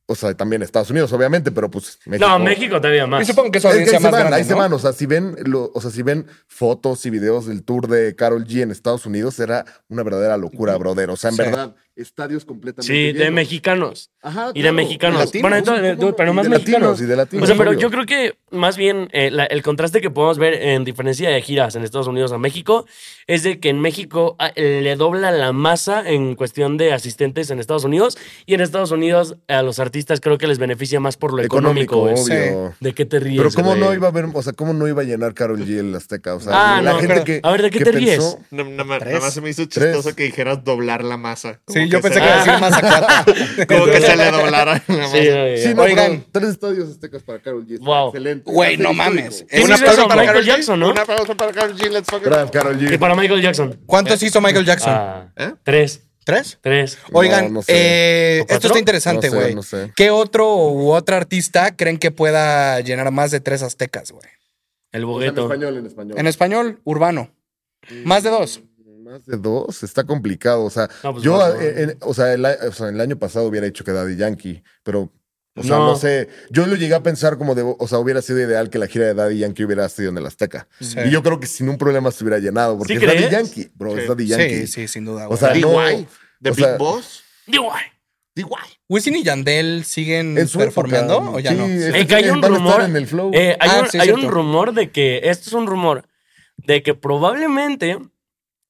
D: O sea, también Estados Unidos, obviamente, pero pues México.
C: No, México todavía
B: Y
C: más.
B: supongo que es
D: Es que
B: audiencia
D: ahí se
B: más
D: van,
B: grande,
D: ahí se
B: ¿no?
D: van. O sea, si ven, lo- o sea, si ven fotos y videos del tour de Carol G en Estados Unidos, era una verdadera locura, brother. O sea, en
B: Sí.
D: verdad, estadios completamente
C: Sí, de
D: llenos.
C: mexicanos.
D: Ajá,
C: Y de
D: Ah, claro.
C: mexicanos.
D: Latinos,
C: bueno, entonces,
D: ¿cómo no?
C: pero
D: Y
C: más
D: de
C: mexicanos.
D: latinos, y de latinos,
C: o sea, pero
D: obvio.
C: yo creo que más bien eh, la- el contraste que podemos ver en diferencia de giras en Estados Unidos a México es de que en México ah, le dobla la masa en cuestión de asistentes en Estados Unidos y en Estados Unidos a los artistas creo que les beneficia más por lo económico.
D: económico,
C: güey.
D: obvio.
C: ¿De qué te ríes?
D: Pero cómo
C: güey?
D: no iba a haber, o sea, cómo no iba a llenar Carol G el Azteca, o sea,
C: Ah,
D: la
C: no,
D: gente
C: pero-
D: que
C: a ver, ¿de qué
D: que
C: te ríes?
D: pensó-
A: no, no, me-
B: Tres.
A: nada más se me hizo chistoso
D: Tres.
A: que dijeras doblar la masa. Como
B: Sí, yo pensé
A: se-
B: que iba a decir más acuata.
A: Como que se le doblara la masa.
C: Sí, güey.
D: Sí, no,
B: Oigan.
D: pero tres estadios aztecas para Carol G. está
C: Wow.
D: Excelente.
B: Güey,
D: Hace
B: no
D: histórico.
B: mames.
C: ¿Quién
B: Es
A: Un
B: una
C: hizo
A: aplauso
C: eso?
A: para
C: Michael
A: Karol G.
C: Jackson, ¿no?
A: Un aplauso para Karol G. Let's fucking
D: Gracias, Carol
C: Y
D: G.
C: para Michael Jackson.
B: ¿Cuántos hizo Michael Jackson?
C: Ah,
A: ¿Eh?
C: Tres,
B: ¿Tres?
C: tres.
B: Oigan,
D: No, no sé.
B: eh,
C: ¿O cuatro?
B: esto está interesante,
D: No sé,
B: güey.
D: no sé.
B: ¿Qué otro u otra artista creen que pueda llenar más de tres aztecas, güey?
C: El
D: O sea, en
C: bogueto.
D: español, en español.
B: En español, urbano. Más de dos.
D: Más de dos, está complicado. O sea,
C: No, pues,
D: yo, eh,
C: más de
D: en- en- o, sea, el, a- o sea, el año pasado hubiera hecho que Daddy Yankee, pero, o sea,
C: No.
D: no. sé. Yo lo llegué a pensar como de, o sea, hubiera sido ideal que la gira de Daddy Yankee hubiera sido en el Azteca.
B: Sí.
D: Y yo creo que sin un problema se hubiera llenado, porque
C: ¿Sí
D: es Daddy
C: crees?
D: Yankee, bro, es Daddy Yankee.
B: Sí, sí, sin duda,
D: O
B: güey.
D: sea,
A: DY.
D: no.
A: The
D: o
A: Big
D: sea-
A: Boss.
C: Digo, ay,
A: DY.
B: ¿Wisin y Yandel siguen
D: En su
B: performeando
D: época,
B: o ya
D: sí,
B: no?
D: es-
C: Eh, que hay
D: van
C: un
D: a estar
C: rumor.
D: en el flow.
C: eh, hay
B: Ah,
C: un,
B: sí,
C: hay un
B: cierto.
C: rumor de que. Esto es un rumor. De que probablemente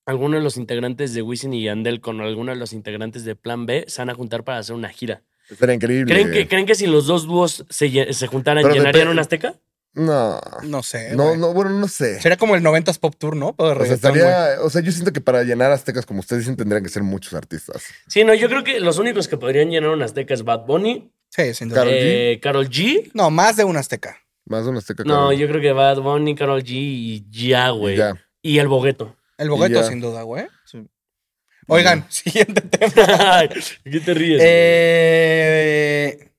C: alguno de los integrantes de Wisin y Yandel con alguno de los integrantes de Plan B se van a juntar para hacer una gira.
D: Estaría increíble.
C: ¿Creen que, ¿creen que si los dos dúos se, lle- se juntaran,
D: Pero
C: llenarían
D: depende-
C: un Azteca?
D: No.
B: No sé.
D: No,
B: güey.
D: no, bueno, no sé.
B: Sería como el 90s Pop Tour, ¿no? Pero de
D: O sea,
B: reggaetón, güey.
D: estaría, o sea, yo siento que para llenar aztecas, como ustedes dicen, tendrían que ser muchos artistas.
C: Sí, no, yo creo que los únicos que podrían llenar un Azteca es Bad Bunny,
B: Sí, sin duda.
D: Karol Claro. G.
C: eh, Karol G.
B: No, más de un azteca.
D: Más de un azteca.
C: No,
D: cabrón.
C: yo creo que Bad Bunny, Karol G y ya, güey.
D: Ya.
C: Y el
D: [laughs]
C: Bogueto. [laughs]
B: El bogueto,
D: ya.
B: sin duda, güey.
A: Sí.
B: Oigan, siguiente tema.
C: ¿Qué te ríes?
B: Eh,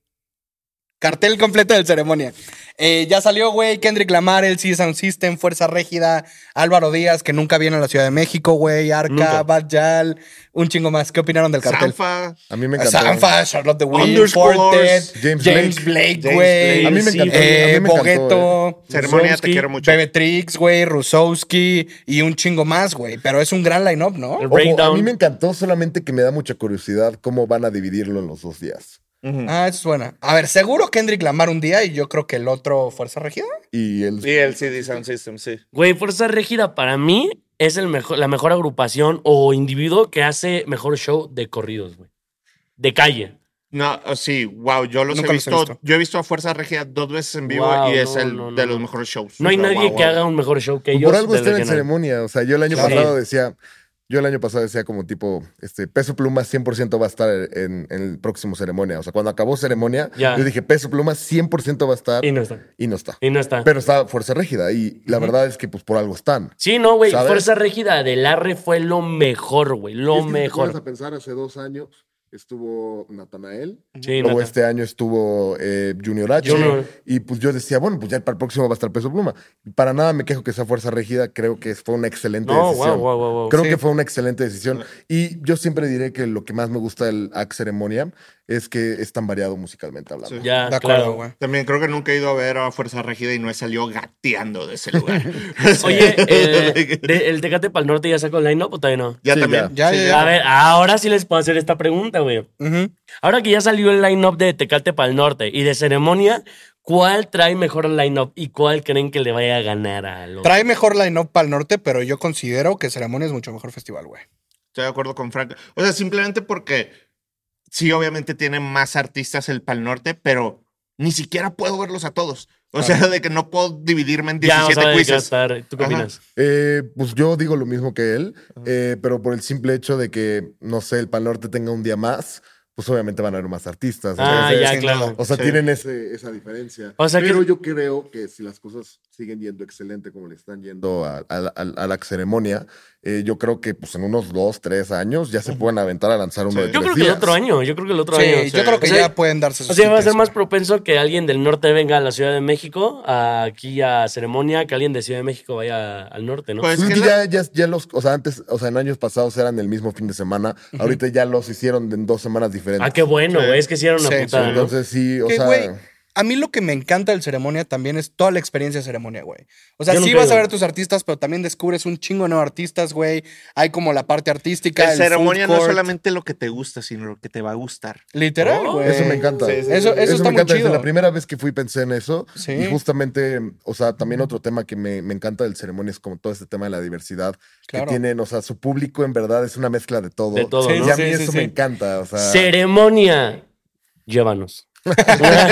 B: cartel completo del ceremonia. Eh, ya salió, güey, Kendrick Lamar, el C Sound System, Fuerza Régida, Álvaro Díaz, que nunca viene a la Ciudad de México, güey,
C: Nunca.
B: Arca, Bad Yal, un chingo más. ¿Qué opinaron del cartel?
A: Sanfa.
D: A mí me encantó.
B: Sanfa, Charlotte de Wind,
A: Underscores,
B: Fortet,
D: James
B: James,
A: Blake.
B: Blake,
A: James
B: güey.
A: Blake.
D: A mí me
C: Sí,
D: encantó. a mí
B: Eh,
D: me encantó, eh.
B: Bogueto,
A: Ceremonia, te
C: Wazowski,
A: quiero mucho.
B: Bebetrix, güey, Rusowski y un chingo más, güey. Pero es un gran line-up, ¿no?
C: El
D: Ojo, a
C: breakdown.
D: mí me encantó, solamente que me da mucha curiosidad cómo van a dividirlo en los dos días.
A: Ujú.
B: Ah, eso suena. A ver, seguro Kendrick Lamar un día y yo creo que el otro Fuerza Regida.
D: Y el.
A: Sí, el CD Sound System, sí.
C: Güey, Fuerza Régida para mí es el mejor, la mejor agrupación o individuo que hace mejor show de corridos, güey. De calle.
A: No, oh, sí, wow, yo los he
B: Nunca los he
A: visto,
B: visto.
A: Yo he visto a Fuerza Regida dos veces en vivo
C: Wow,
A: y es
C: no,
A: el
C: no,
A: de
C: no.
A: los mejores shows.
C: No hay
A: Wow,
C: nadie
A: wow,
C: que
A: wow.
C: haga un mejor show que ellos.
D: Por algo
C: desde
D: está en
C: que
D: el
C: na-
D: ceremonia. O sea, yo el año
C: Claro.
D: pasado
C: Sí.
D: decía, yo el año pasado decía como tipo, este, peso pluma 100% va a estar en, en el próximo ceremonia. O sea, cuando acabó ceremonia,
C: Ya.
D: yo dije, peso pluma 100% va a estar
C: Y
D: y,
C: no está.
D: no está.
C: Y no está.
D: Pero está fuerza rígida y la verdad es que pues por algo están.
C: sí, no, güey.
D: ¿Sabes?
C: Fuerza Régida del Arre fue lo mejor, güey. Lo mejor.
D: a pensar hace dos años estuvo Natanael.
C: Sí,
D: Luego
C: neta.
D: este año estuvo eh, Junior H.
C: Junior.
D: Y pues yo decía, bueno, pues ya para el próximo va a estar peso pluma. Y para nada me quejo que esa fuerza rígida, creo que fue una excelente
C: No, wow,
D: decisión.
C: wow, wow, wow.
D: Creo
B: Sí.
D: que fue una excelente decisión. Y yo siempre diré que lo que más me gusta del Act Ceremonia es que es tan variado musicalmente hablando.
A: Sí.
C: Ya,
B: de
C: Ah, claro.
B: acuerdo, güey.
A: También creo que nunca he ido a ver a Fuerza Regida y no he salido gateando de ese lugar. [laughs]
D: [laughs]
C: Oye, eh, de- ¿el Tecate para el norte ya sacó el line-up o todavía no?
A: ya
D: Sí,
A: también.
B: ya. Ya,
A: Sí,
B: ya,
C: A ver, ahora sí les puedo hacer esta pregunta, güey.
B: Ujú.
C: Ahora que ya salió el line-up de Tecate para el norte y de ceremonia, ¿cuál trae mejor line-up y cuál creen que le vaya a ganar a los...
B: Trae mejor line-up para el norte, pero yo considero que Ceremonia es mucho mejor festival, güey.
A: Estoy de acuerdo con Frank. O sea, simplemente porque sí, obviamente tiene más artistas el Pal Norte, pero ni siquiera puedo verlos a todos. O
B: Claro.
A: sea, de que no puedo dividirme en
C: Ya,
A: 17
C: vamos a ver de qué va a
A: quizzes.
C: estar. ¿Tú qué
A: Ajá.
C: opinas?
D: Eh, pues yo digo lo mismo que él, eh, pero por el simple hecho de que, no sé, el Pan Norte tenga un día más, pues obviamente van a haber más
B: Pues,
D: artistas.
C: Ah,
D: Entonces,
C: ya,
B: sin
C: claro.
B: nada.
D: O sea,
A: Sí.
D: tienen ese- esa diferencia.
C: O sea que-
D: Pero yo creo que si las cosas siguen yendo excelente como le están yendo a, a- a- a la ceremonia, eh, yo creo que pues, en unos dos, tres años ya se pueden aventar a lanzar uno
A: Sí.
D: de
C: Yo
D: tres
C: creo que el
D: días.
C: otro año, yo creo que el otro
B: Sí,
C: año.
A: sí.
B: yo creo que
C: O sea,
B: ya pues, pueden darse sus
C: O sea, va a ser
B: tickets,
C: más
B: güey.
C: propenso que alguien del norte venga a la Ciudad de México, a- aquí a ceremonia, que alguien de Ciudad de México vaya al norte, ¿no?
A: Pues
D: Pues
A: que
D: es que
A: la-
D: ya, ya, ya los, o sea, antes, o sea, en años pasados eran el mismo fin de semana, ahorita ya los hicieron en dos semanas diferentes.
C: ah, qué bueno,
A: Sí.
C: güey, es que sí era una
B: Sí,
C: putada, ¿no?
D: Entonces sí, o
B: Que,
D: sea,
B: güey, a mí lo que me encanta del ceremonia también es toda la experiencia de ceremonia, güey. O sea,
C: Yo
B: sí
C: nunca he
B: vas a
C: ido.
B: ver a tus artistas, pero también descubres un chingo de nuevos artistas, güey. Hay como la parte artística.
A: El
B: food
A: ceremonia no es
B: court.
A: solamente lo que te gusta, sino lo que te va a gustar.
B: Literal,
C: Oh,
B: güey.
D: eso me encanta.
A: Sí, sí,
B: Eso, eso,
D: Eso
B: está
D: me
B: muy
D: encanta. Desde
B: chido.
D: la primera vez que fui pensé en eso.
B: Sí.
D: Y justamente, o sea, también otro tema que me, me encanta del ceremonia es como todo este tema de la diversidad
B: Claro.
D: que tienen. O sea, su público en verdad es una mezcla de todo.
C: De todo,
D: y
C: ¿no?
D: a
B: Sí,
D: mí
B: sí,
D: eso
B: sí,
D: me
B: sí.
D: encanta.
B: ah.
D: O sea,
C: Ceremonia.
B: [laughs]
C: Llévanos.
B: [laughs]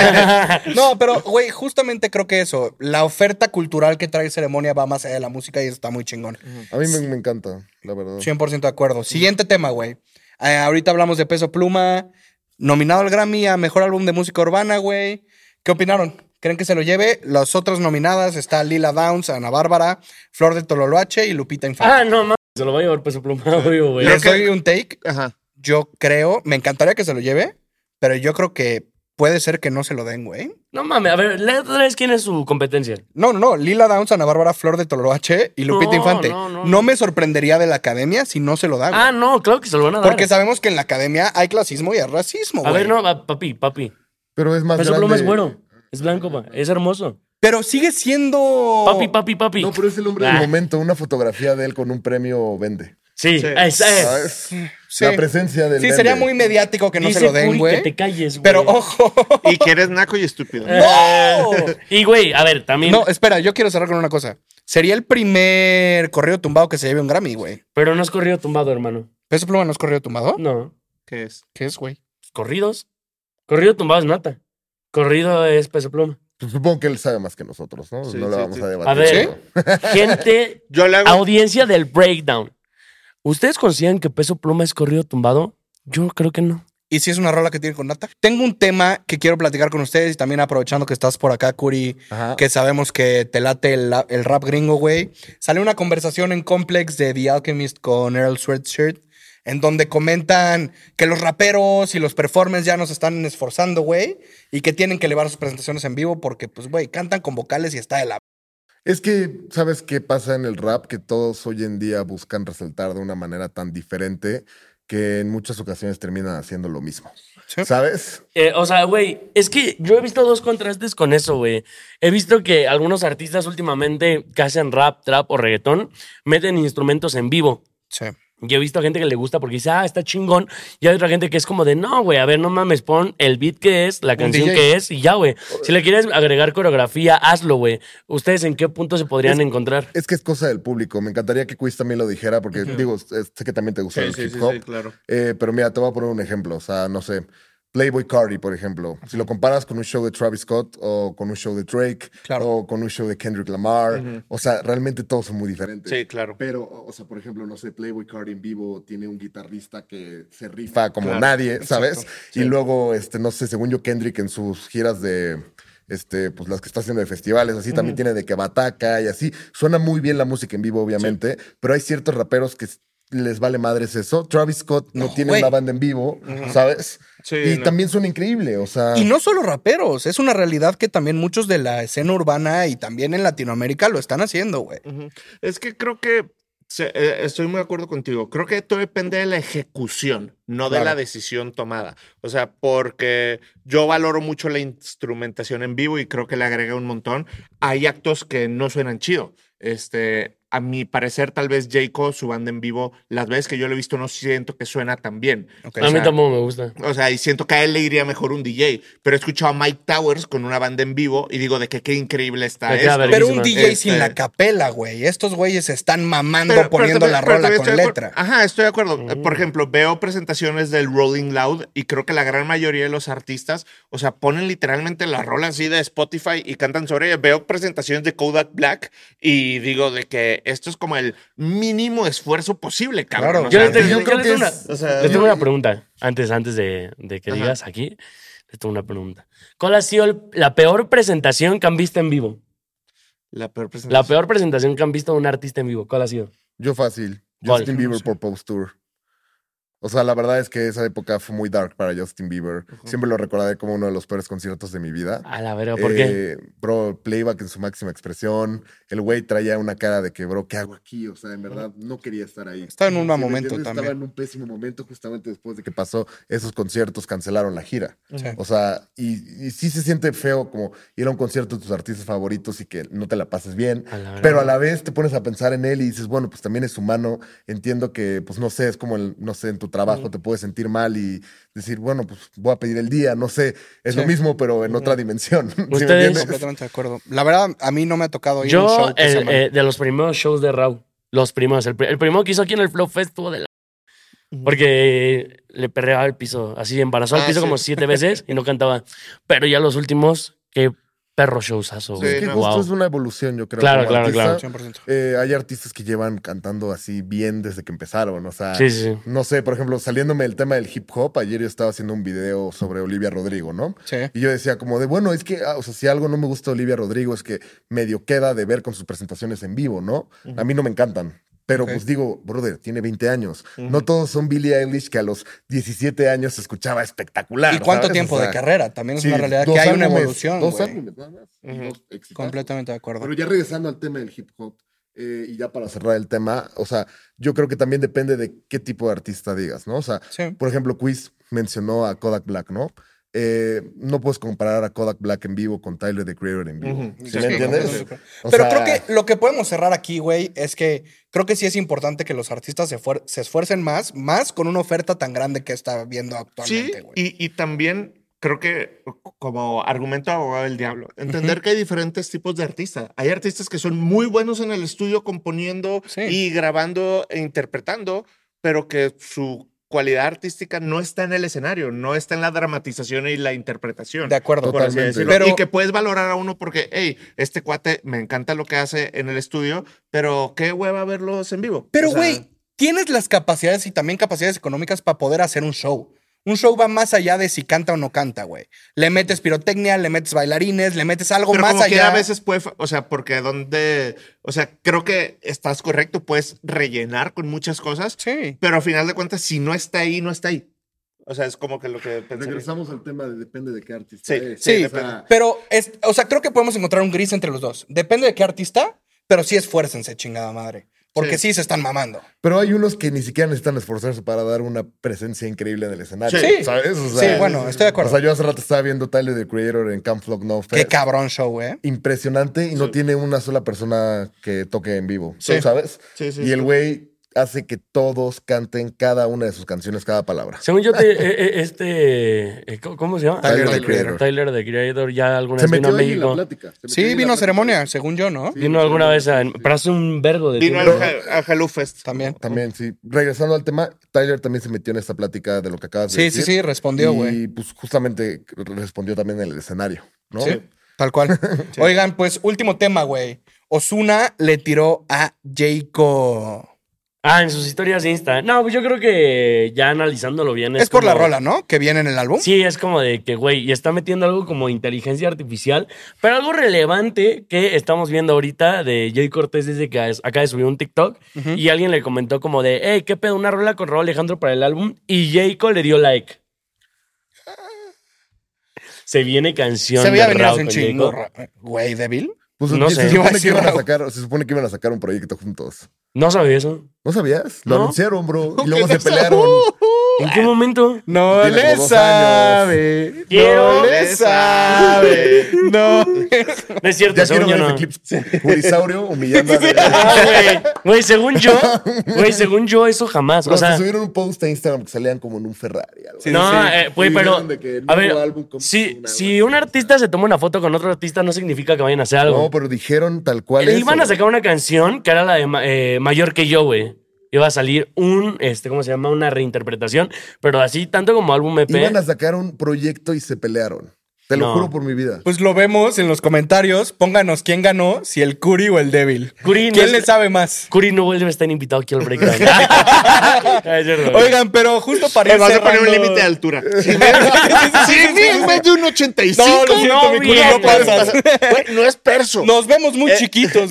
B: No, pero, güey, justamente creo que eso, la oferta cultural que trae ceremonia va más allá de la música y está muy chingón.
D: a mí me, me encanta, la verdad.
B: 100% de acuerdo. Siguiente tema, güey. Eh, ahorita hablamos de Peso Pluma, nominado al Grammy a Mejor Álbum de Música Urbana, güey. ¿Qué opinaron? ¿Creen que se lo lleve? Las otras nominadas está Lila Downs, Ana Bárbara, Flor de Tololoache y Lupita
C: ah,
B: Infante.
C: no, mames. Se lo va a llevar peso pluma, obvio, güey.
A: Creo
B: Les
A: que-
B: doy un take.
A: Ajá.
B: Yo creo, me encantaría que se lo lleve, pero yo creo que puede ser que no se lo den, güey.
C: No mames, a ver, la otra vez, quién es su competencia.
B: No, no, no. Lila Downs, Ana Bárbara, Flor de Tololoache y Lupita
C: No,
B: Infante.
C: no,
B: No,
C: no, no.
B: me sorprendería de la academia si no se lo da, güey.
C: Ah, no, claro que se lo van a dar.
B: Porque sabemos que en la academia hay clasismo y hay racismo,
C: a
B: güey.
C: ver, no, va, papi, papi.
D: Pero es más
C: Peso
D: grande.
C: pluma es güero. Es blanco, pa. es hermoso.
B: Pero sigue siendo.
C: Papi, papi, papi.
D: No, pero es el hombre del
C: Ah.
D: momento. Una fotografía de él con un premio vende.
C: Sí,
A: Sí.
C: es- es.
D: ¿Sabes?
B: Sí.
D: La presencia del
B: Sí, sería
D: vende.
B: muy mediático que no
C: Dice
B: se lo den,
C: Curi
B: güey.
C: que te calles, güey.
B: Pero
C: [laughs]
B: ojo.
A: Y que eres naco y estúpido.
B: ¡No!
C: Y, güey, a ver, también.
B: No, espera, yo quiero cerrar con una cosa. Sería el primer correo tumbado que se lleve un Grammy, güey.
C: Pero no es corrido tumbado, hermano.
B: ¿Peso pluma no es correo tumbado?
C: No.
A: ¿Qué es?
B: ¿Qué es, güey?
C: Corridos. Corrido tumbado es nata. Corrido es peso pluma.
D: Pues Supongo que él sabe más que nosotros, ¿no?
A: Sí,
D: no
A: sí,
D: lo vamos
A: sí.
D: a debatir.
C: A ver.
D: ¿no?
B: [laughs]
C: Gente,
A: Yo le hago.
C: audiencia del breakdown. ¿Ustedes consideran que peso pluma es corrido tumbado? Yo creo que no.
B: ¿Y si es una rola que tiene con Nata? Tengo un tema que quiero platicar con ustedes y también aprovechando que estás por acá, Curi,
D: Ajá.
B: que sabemos que te late el, el rap gringo, güey. Salió una conversación en Complex de The Alchemist con Earl Sweatshirt, en donde comentan que los raperos y los performers ya nos están esforzando, güey, y que tienen que elevar sus presentaciones en vivo porque, pues, güey, cantan con vocales y está de la...
D: Es que, ¿sabes qué pasa en el rap? Que todos hoy en día buscan resaltar de una manera tan diferente que en muchas ocasiones terminan haciendo lo mismo.
B: Sí.
D: ¿Sabes?
C: Eh, o sea, güey, es que yo he visto dos contrastes con eso, güey. He visto que algunos artistas últimamente que hacen rap, trap o reggaetón meten instrumentos en vivo.
B: Sí.
C: Yo he visto gente que le gusta porque dice, ah, está chingón. Y hay otra gente que es como de, no, güey, a ver, no mames, pon el beat que es, la canción
B: DJ.
C: que es y ya, güey. Si le quieres agregar coreografía, hazlo, güey. ¿Ustedes en qué punto se podrían encontrar?
D: Es que es cosa del público. Me encantaría que Quiz también lo dijera, porque digo, es- sé que también te gusta
A: Sí,
D: el
A: sí, sí,
D: hip hop.
A: sí, claro.
D: Eh, pero mira, te voy a poner un ejemplo. O sea, no sé. Playboy Cardi, por ejemplo. Si lo comparas con un show de Travis Scott o con un show de Drake
B: Claro.
D: o con un show de Kendrick Lamar. O sea, realmente todos son muy diferentes.
A: Sí, claro.
D: Pero, o o sea, por ejemplo, no sé, Playboy Card en vivo tiene un guitarrista que se rifa como
A: Claro.
D: nadie, ¿sabes?
A: Sí.
D: Y luego, este, no sé, según yo, Kendrick en sus giras de. Este, pues las que está haciendo de festivales, así también tiene de que bataca y así. Suena muy bien la música en vivo, obviamente, pero hay ciertos raperos que s- les vale madres eso. Travis Scott no,
B: No,
D: tiene
B: güey.
D: una banda en vivo, ¿sabes?
A: Sí,
D: y
A: no.
D: también suena increíble, o sea.
B: Y no solo raperos, es una realidad que también muchos de la escena urbana y también en Latinoamérica lo están haciendo, güey.
A: Ujú. Es que creo que se- eh, estoy muy de acuerdo contigo. Creo que todo depende de la ejecución, no de la
B: Claro.
A: decisión tomada. O sea, porque yo valoro mucho la instrumentación en vivo y creo que le agrega un montón. Hay actos que no suenan chido. Este, a mi parecer, tal vez Jaco, su banda en vivo, las veces que yo lo he visto, no siento que suena tan bien.
B: Ok.
C: A mí
A: sea,
C: tampoco me gusta.
A: O sea, y siento que a él le iría mejor un DJ, pero he escuchado a Mike Towers con una banda en vivo y digo de que qué increíble está
C: Me queda
A: esto.
C: verga.
B: Pero un
C: Este-
B: DJ sin la capela, güey. Estos güeyes se están mamando poniendo
A: también-
B: la
A: pero
B: rola
A: también
B: con
A: estoy de acuer-
B: letra.
A: Ajá, estoy de acuerdo. Eh, Por ejemplo, veo presentaciones del Rolling Loud y creo que la gran mayoría de los artistas, o sea, ponen literalmente la rola así de Spotify y cantan sobre ella. Veo presentaciones de Kodak Black y digo de que esto es como el mínimo esfuerzo posible, cabrón.
B: Claro.
A: O
C: Yo
A: sea,
C: les tengo,
A: desde-
C: yo les tengo una,
A: o sea,
C: les tengo
A: yo-
C: una pregunta. Antes, antes de, de que
A: Ajá.
C: digas aquí, les tengo una pregunta. ¿Cuál ha sido el- la peor presentación que han visto en vivo?
A: La peor
C: La
A: presentación.
C: peor presentación que han visto de un artista en vivo. ¿Cuál ha sido?
D: Yo fácil.
C: ¿Cuál?
D: Justin Bieber por Post Tour. O sea, la verdad es que esa época fue muy dark para Justin Bieber. Siempre lo recordaré como uno de los peores conciertos de mi vida.
C: A la verga, ¿por qué?
D: Eh, Bro, playback en su máxima expresión. El güey traía una cara de que, bro, ¿qué hago aquí? O sea, en verdad no quería estar ahí.
B: Estaba en un mal
D: Sí, ¿me
B: momento
D: entiendes?
B: también.
D: Estaba en un pésimo momento justamente después de que pasó esos conciertos, cancelaron la gira.
A: Ah,
B: Sí.
D: O sea, y, y sí se siente feo como ir a un concierto de tus artistas favoritos y que no te la pases bien.
C: A la verga.
D: Pero a la vez te pones a pensar en él y dices, bueno, pues también es humano. Entiendo que, pues no sé, es como el, no sé, en tu trabajo te puedes sentir mal y decir, bueno, pues voy a pedir el día, no sé. Es lo
B: Sí.
D: mismo, pero en otra dimensión. [laughs] ¿Sí me
C: Ustedes-
D: entiendes?
B: Completamente de acuerdo. La verdad, a mí no me ha tocado ir a un
C: Yo,
B: show que
C: el-
B: se llama-
C: eh, de los primeros shows de Raw, los primeros. El, pri- el primero que hizo aquí en el Flow Fest estuvo de la. Porque le perreaba el piso, así embarazó al
A: Ah,
C: piso
A: sí.
C: como siete veces y no cantaba. Pero ya los últimos, qué perro showsazo,
A: Sí,
D: Es
C: güey.
D: que
A: no.
D: justo
C: Wow.
D: es una evolución, yo creo.
C: Claro,
D: como
C: claro,
D: artista.
C: claro.
B: 100%.
D: Eh, hay artistas que llevan cantando así bien desde que empezaron. O sea,
C: Sí, sí, sí.
D: no sé, por ejemplo, saliéndome del tema del hip hop, ayer yo estaba haciendo un video sobre Olivia Rodrigo, ¿no?
B: Sí.
D: Y yo decía como de, bueno, es que, ah, o sea, si algo no me gusta de Olivia Rodrigo es que medio queda de ver con sus presentaciones en vivo, ¿no? A mí no me encantan. Pero
B: Ok.
D: pues digo, brother, tiene 20 años. No todos son Billie Eilish que a los 17 años se escuchaba espectacular.
B: ¿Y cuánto
D: ¿sabes? O
B: tiempo
D: sea,
B: de carrera? También es
D: sí,
B: una realidad
D: dos
B: que hay una
D: álbumes,
B: evolución.
D: Dos
B: güey.
D: álbumes, nada más. y
A: Ujú.
D: dos exitazos.
B: Completamente de acuerdo.
D: Pero ya regresando al tema del hip hop, eh, y ya para cerrar el tema, o sea, yo creo que también depende de qué tipo de artista digas, ¿no? O sea,
B: Sí.
D: por ejemplo, Quiz mencionó a Kodak Black, ¿no? Eh, no puedes comparar a Kodak Black en vivo con Tyler the Creator en vivo.
A: Ujú.
D: ¿Sí
A: Sí,
D: me entiendes?
B: completamente.
D: O
B: Pero creo
D: sea,
B: que lo que podemos cerrar aquí, güey, es que creo que sí es importante que los artistas se, fuer- se esfuercen más, más con una oferta tan grande que está viendo
A: Sí,
B: actualmente, güey.
A: y, y también creo que como argumento de abogado del diablo, entender que hay diferentes tipos de artistas. Hay artistas que son muy buenos en el estudio componiendo
B: Sí.
A: y grabando e interpretando, pero que su cualidad artística no está en el escenario, no está en la dramatización y la interpretación.
B: De acuerdo.
A: por así
D: Totalmente.
A: decirlo.
B: Pero-
A: y que puedes valorar a uno porque, hey, este cuate me encanta lo que hace en el estudio, pero qué hueva verlos en vivo.
B: Pero,
A: O sea,
B: güey, tienes las capacidades y también capacidades económicas para poder hacer un show. Un show va más allá de si canta o no canta, güey. Le metes pirotecnia, le metes bailarines, le metes algo
A: Pero
B: más
A: como quiera,
B: allá.
A: a veces puede, fa- o sea, porque donde, o sea, creo que estás correcto, puedes rellenar con muchas cosas,
B: Sí.
A: pero al final de cuentas, si no está ahí, no está ahí. O sea, es como que lo que pensaría.
D: regresamos al tema de depende de qué artista
A: Sí,
D: es.
A: sí,
D: O sea,
A: depende.
B: Pero, es, o sea, creo que podemos encontrar un gris entre los dos. Depende de qué artista, pero sí esfuércense, chingada madre. Porque
A: Sí.
B: sí, se están mamando.
D: Pero hay unos que ni siquiera necesitan esforzarse para dar una presencia increíble en el escenario.
B: Sí.
D: ¿Sabes? O
B: sí,
D: sea,
B: bueno, estoy de
D: O
B: acuerdo.
D: sea, yo hace rato estaba viendo Tyler the Creator en Camp Flock No
B: Qué
A: pues,
D: Fest.
B: cabrón show, eh.
D: impresionante y no
A: Sí.
D: tiene una sola persona que toque en vivo,
A: Sí.
D: ¿sabes?
A: Sí, sí,
D: y el
A: sí.
D: güey hace que todos canten cada una de sus canciones, cada palabra.
C: Según yo, te- eh, eh, este. eh, ¿Cómo cómo se llama?
D: Tyler, the Creator.
C: Tyler, the Creator, ya alguna vez vino a México.
D: plática.
B: Sí, vino a ceremonia, según yo, ¿no?
D: Sí.
C: Vino alguna vez a. Pero hace un vergo de
A: Vino
C: tiempo.
A: al, Ha- a Hello Fest.
B: También.
D: También, sí. Regresando al tema, Tyler también se metió en esta plática de lo que acabas de
B: Sí, sí,
D: decir.
B: sí, respondió, güey.
D: Y pues justamente respondió también en el escenario, ¿no?
B: Sí, tal cual. Oigan, pues último tema, güey. Osuna le tiró a Jayco.
C: Ah, en sus historias de Insta. No, pues yo creo que ya analizándolo bien.
B: Es, por la
C: como-
B: rola, ¿no? Que viene en el álbum.
C: Sí, es como de que, güey, y está metiendo algo como inteligencia artificial, pero algo relevante que estamos viendo ahorita de Jay Cortés desde que es- acaba de subir un TikTok y alguien le comentó como de, hey, qué pedo, una rola con Raúl Alejandro para el álbum y Jayco le dio
D: [laughs]
C: like. Se viene canción
B: Se veía
C: de
B: venir
C: Rao
B: hace un
C: con
B: chingo.
C: Jayco.
B: ra- Güey, débil.
D: Pues,
C: No
D: se,
C: sé.
D: supone
B: Iba a
D: que iban a
B: decir,
D: sacar, se supone que iban a sacar un proyecto juntos.
C: No sabía eso.
D: ¿No sabías? Lo
C: No.
D: anunciaron,
C: [laughs]
D: bro. Y
B: Ok,
D: luego
B: no
D: se
B: sé.
D: pelearon.
C: ¿En qué momento?
B: No
D: Tiene
B: le
D: como dos
B: sabe.
C: Quiero-
B: No le sabe. [laughs] No.
C: No es cierto,
D: Ya
C: según
D: quiero
C: yo
D: ver
C: no. [laughs]
D: ese clip. Jurisaurio humillando a
C: Ah, güey. Güey, según yo, güey, según yo, eso jamás.
D: Bro,
C: O sea,
D: se subieron un post a Instagram que salían como en un Ferrari. algo
B: Sí,
D: así.
C: no,
B: sí.
C: eh, güey,
D: Y
C: pero.
D: dijeron de que el
C: A
D: nuevo
C: ver,
D: álbum con-
C: si,
D: una-
C: si un artista se toma una foto con otro artista, no significa que vayan a hacer algo.
D: No, pero dijeron tal cual
C: Le
D: es.
C: iban a sacar una canción que era la de ma- eh, Mayor que yo, güey. Iba a salir un, este, ¿cómo se llama? Una reinterpretación, pero así tanto como álbum E EP.
D: Iban a sacar un proyecto y se pelearon. Te lo
C: No.
D: juro por mi vida.
B: Pues lo vemos en los comentarios. Pónganos quién ganó, si el Curi o el débil.
C: Curi no
B: ¿Quién
C: es-
B: le sabe más?
C: Curi no vuelve a estar invitado aquí al
D: [laughs]
C: breakdown. [laughs] Ah, Es cierto, güey.
B: Oigan, pero justo para
A: Le
B: ir
A: vas a poner un
B: cerrando-
A: límite
B: [laughs]
A: de altura. Si me- si me es más de un 85,
B: No, lo
A: no,
B: siento, mi Curi,
C: bien,
B: no
A: puedes
B: pasas.
A: pasar. Güey, no es perso.
B: Nos vemos muy
A: Eh,
B: chiquitos,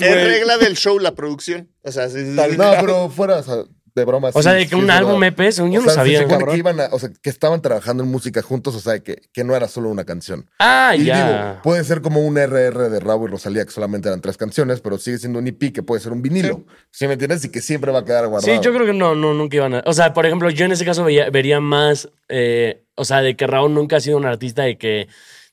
A: Es
B: güey.
A: regla del show, la producción. O sea, sí, sí, sí.
D: No, pero fuera o sea, de broma.
C: O sea, de que un álbum EP, según yo no sabía.
D: Se supone
B: Cabrón.
D: que iban a- o sea, que estaban trabajando en música juntos, o sea, que, que no era solo una canción.
C: Ah,
D: Y
C: ya.
D: digo, puede ser como un RR de Raúl y Rosalía, que solamente eran tres canciones, pero sigue siendo un EP que puede ser un vinilo. ¿Sí me entiendes? Y que siempre va a quedar guardado.
C: Sí, yo creo que no, no, nunca iban a. O sea, por ejemplo, yo en ese caso veía- vería más. eh, o sea, de que Raúl nunca ha sido un artista de que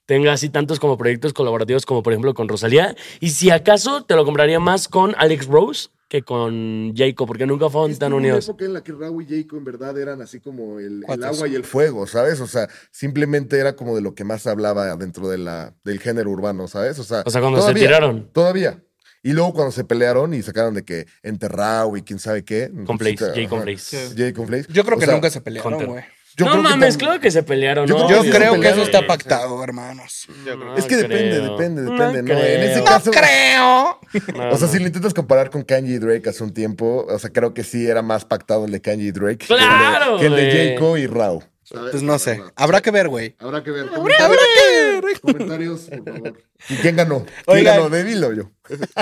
C: tenga así tantos como proyectos colaborativos como por ejemplo con Rosalía. Y si acaso te lo compraría más con Alex Rose que con Jacob, porque nunca fueron tan unidos.
D: época en la que Raúl y Jayco en verdad eran así como el,
B: Cuates.
D: agua y el fuego, ¿sabes? O sea, simplemente era como de lo que más hablaba dentro de la, del género urbano, ¿sabes? O sea,
C: O sea, cuando se
D: todavía-
C: tiraron.
D: Todavía. Y luego cuando se pelearon y sacaron de que entre Raúl y quién sabe qué. mm,
C: Con Blaze,
D: Ajá.
C: Jay con Blaze.
D: Jay con Blaze.
B: Yo creo
D: O
B: que
D: sea,
B: nunca se pelearon,
C: Hunter.
B: güey.
D: yo
C: no
D: creo que
C: mames,
D: tam-
C: claro que se pelearon.
D: Yo
C: ¿no?
D: creo
B: Yo
D: sí,
C: Sí,
D: se
B: creo que
D: pelearon,
B: eso
C: güey.
B: está pactado, hermanos.
C: No
D: Es que depende,
C: creo.
D: depende,
C: No
D: depende. No, en
C: creo.
D: ese
B: No
D: caso.
B: creo.
C: No,
D: O sea,
C: no.
D: si lo intentas comparar con Kanye y Drake hace un tiempo, o sea, creo que sí era más pactado el de Kanye y Drake que el de-
C: ¡Claro,
D: que el de,
C: güey!
D: Jayco y Rao.
B: Pues no sé. Habrá que ver, güey.
D: Habrá que ver.
B: Habrá que ver.
D: Comentarios, por favor. ¿Y quién ganó? ¿Quién
B: Oigan.
D: ganó? ¿Débil o yo?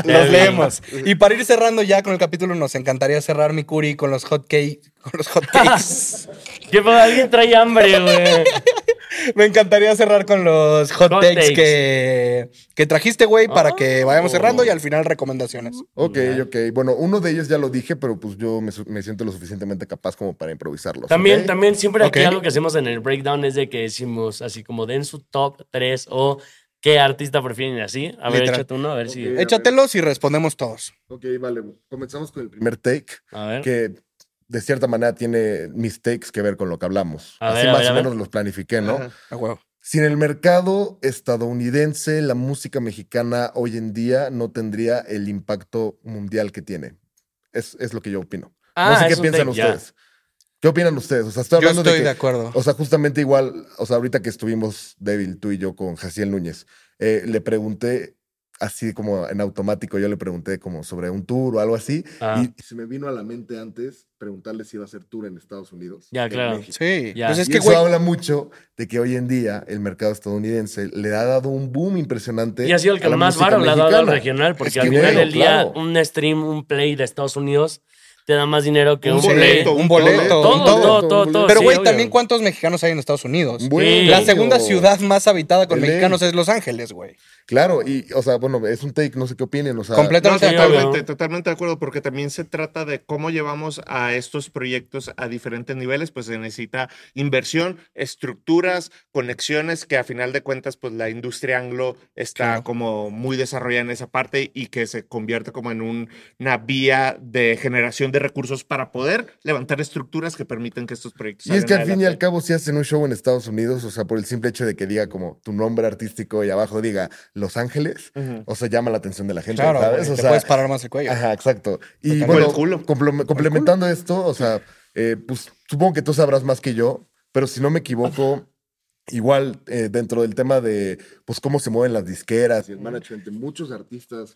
B: Los leemos. Y para ir cerrando ya con el capítulo, nos encantaría cerrar mi Curi con los hot cake- Con los hot
C: [laughs]
B: cakes.
C: Que para alguien trae hambre, güey.
B: Me encantaría cerrar con los hot,
C: Hot
B: takes,
C: takes.
B: Que, que trajiste, güey, para que vayamos
C: Oh.
B: cerrando y al final recomendaciones.
D: Ok, ok. Bueno, uno de ellos ya lo dije, pero pues yo me, su- me siento lo suficientemente capaz como para improvisarlos.
C: También,
D: ¿ok?
C: también, siempre
B: Ok.
C: aquí algo que hacemos en el breakdown es de que decimos así como den su top 3 o qué artista prefieren y así. A ver,
B: Literal.
C: échate uno, a ver si.
D: Ok.
B: Échatelos y respondemos todos.
D: Ok, vale. Comenzamos con el primer take,
C: A ver.
D: que de cierta manera tiene mis takes que ver con lo que hablamos.
C: A
D: Así
C: ver, a
D: más
C: ver,
D: o
C: a ver.
D: menos los planifiqué, ¿no?
A: Ajá.
B: A huevo.
D: Sin el mercado estadounidense, la música mexicana hoy en día no tendría el impacto mundial que tiene. Es, es lo que yo opino. no sé
C: Ah, es
D: qué
C: un
D: piensan
C: take, ya.
D: ustedes. ¿Qué opinan ustedes? O sea, estoy
B: Yo
D: hablando
B: estoy
D: de,
B: de,
D: que-
B: acuerdo.
D: O sea, justamente igual, o sea, ahorita que estuvimos débil tú y yo con Jaciel Núñez, eh, le pregunté así como en automático, yo le pregunté como sobre un tour o algo así.
C: Ah.
D: Y se me vino a la mente antes preguntarle si iba a hacer tour en Estados Unidos.
C: Ya,
D: en
C: claro.
D: México.
B: Sí.
C: Ya.
B: Pues es
D: Y
B: que,
D: eso
B: güey.
D: habla mucho de que hoy en día el mercado estadounidense le ha dado un boom impresionante.
C: Y ha sido el
D: a
C: que
D: la
C: más
D: música
C: varo le ha dado al
D: mexicana.
C: regional, porque
D: que,
C: al final
D: güey,
C: del día,
D: claro.
C: un stream, un play de Estados Unidos te da más dinero que un,
A: Un
C: play.
A: boleto,
B: un boleto,
C: Todo,
B: un
C: todo, todo,
D: un
C: todo,
D: boleto.
B: Pero,
C: sí,
B: güey,
C: obvio.
B: también cuántos mexicanos hay en Estados Unidos.
D: Un buen
C: Sí.
B: La
D: medio.
B: segunda ciudad más habitada con
D: LA.
B: mexicanos es Los Ángeles, güey.
D: Claro, y, o sea, bueno, es un take, no sé qué opinen, o sea.
B: Completamente
C: no,
B: de
C: sí,
B: acuerdo.
C: obvio.
A: Totalmente, totalmente de acuerdo, porque también se trata de cómo llevamos a estos proyectos a diferentes niveles, pues se necesita inversión, estructuras, conexiones, que a final de cuentas, pues la industria anglo está
B: Claro.
A: como muy desarrollada en esa parte y que se convierte como en un- una vía de generación de recursos para poder levantar estructuras que permiten que estos proyectos.
D: Y es
A: salgan
D: que al fin y al
A: adelante.
D: cabo, si hacen un show en Estados Unidos, o sea, por el simple hecho de que diga como tu nombre artístico y abajo diga Los Ángeles,
A: Ujú.
D: o sea, llama la atención de la gente,
B: Claro,
D: ¿sabes?
B: güey,
D: O
B: te
D: sea,
B: puedes parar más el cuello.
D: Ajá, exacto. Y
A: Totalmente.
D: bueno,
A: Por el culo.
D: complom- complementando esto, o sea, eh, pues supongo que tú sabrás más que yo, pero si no me equivoco, igual eh, dentro del tema de pues cómo se mueven las disqueras. Y el management de muchos artistas,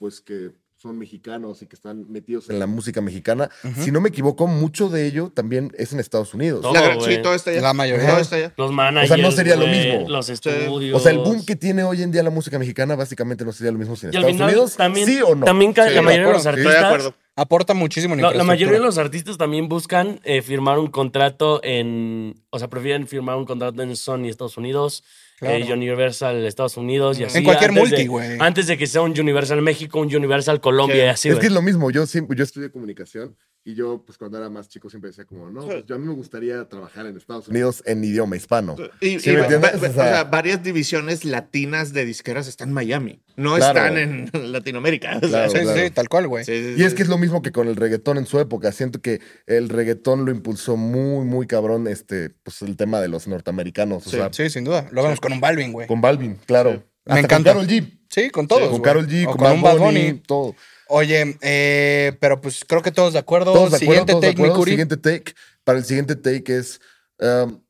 D: pues que son mexicanos y que están metidos en la música mexicana. Si no me equivoco, mucho de ello también es en Estados Unidos.
C: Todo,
A: La gran- sí,
C: güey.
A: todo está allá.
B: La mayoría.
A: Todo está allá.
C: Los managers.
D: sería lo
C: güey,
D: mismo.
C: Los estudios.
D: O sea, el boom que tiene hoy en día la música mexicana básicamente no sería lo mismo sin
C: Y al
D: Estados
C: final
D: Unidos.
C: también,
D: ¿Sí o no?
C: también ca-
A: Sí, de
C: la mayoría de
B: acuerdo.
C: los
A: Estoy de
C: artistas
A: acuerdo.
B: Aporta muchísimo en
C: No, la mayoría de
B: infraestructura.
C: los artistas también buscan eh, firmar un contrato en. O sea, prefieren firmar un contrato en Sony Estados Unidos,
B: Claro.
C: eh, Universal Estados Unidos y así.
B: En cualquier
C: antes de-
B: multi, güey.
C: Antes de que sea un Universal México, un Universal Colombia y
A: Sí.
C: así,
D: es
C: güey.
D: que es lo mismo. Yo siempre, yo estudié comunicación y yo, pues cuando era más chico, siempre decía como, no, pues, yo a mí me gustaría trabajar en Estados Unidos en idioma hispano.
A: Y,
D: ¿Sí
A: y
D: me
A: va-
D: entiendes?
A: va-
D: O
A: va- o
D: sea-
A: sea, varias divisiones latinas de disqueras están en Miami. No
D: Claro.
A: están en [laughs] Latinoamérica. O sea,
D: Claro,
B: Sí,
D: claro.
B: sí, tal cual, güey.
A: sí, sí, sí.
D: Y es que es lo mismo que con el reggaetón en su época. Siento que el reggaetón lo impulsó muy, muy cabrón, este, pues el tema de los norteamericanos. O
A: Sí,
D: sea,
B: Sí, sin duda. Lo vemos con un Balvin, güey.
D: con Balvin, claro. Hasta
B: Me encanta.
D: Con Karol G.
B: Sí, con todos.
D: con
B: güey.
D: Karol G,
B: O
D: con,
B: con un Bad Bunny.
D: todo.
B: Oye, eh, pero pues creo que todos de acuerdo.
D: Todos de acuerdo,
B: Siguiente
D: todos de
B: take, mi
D: acuerdo.
B: Curi.
D: Siguiente take. Para el siguiente take es. um,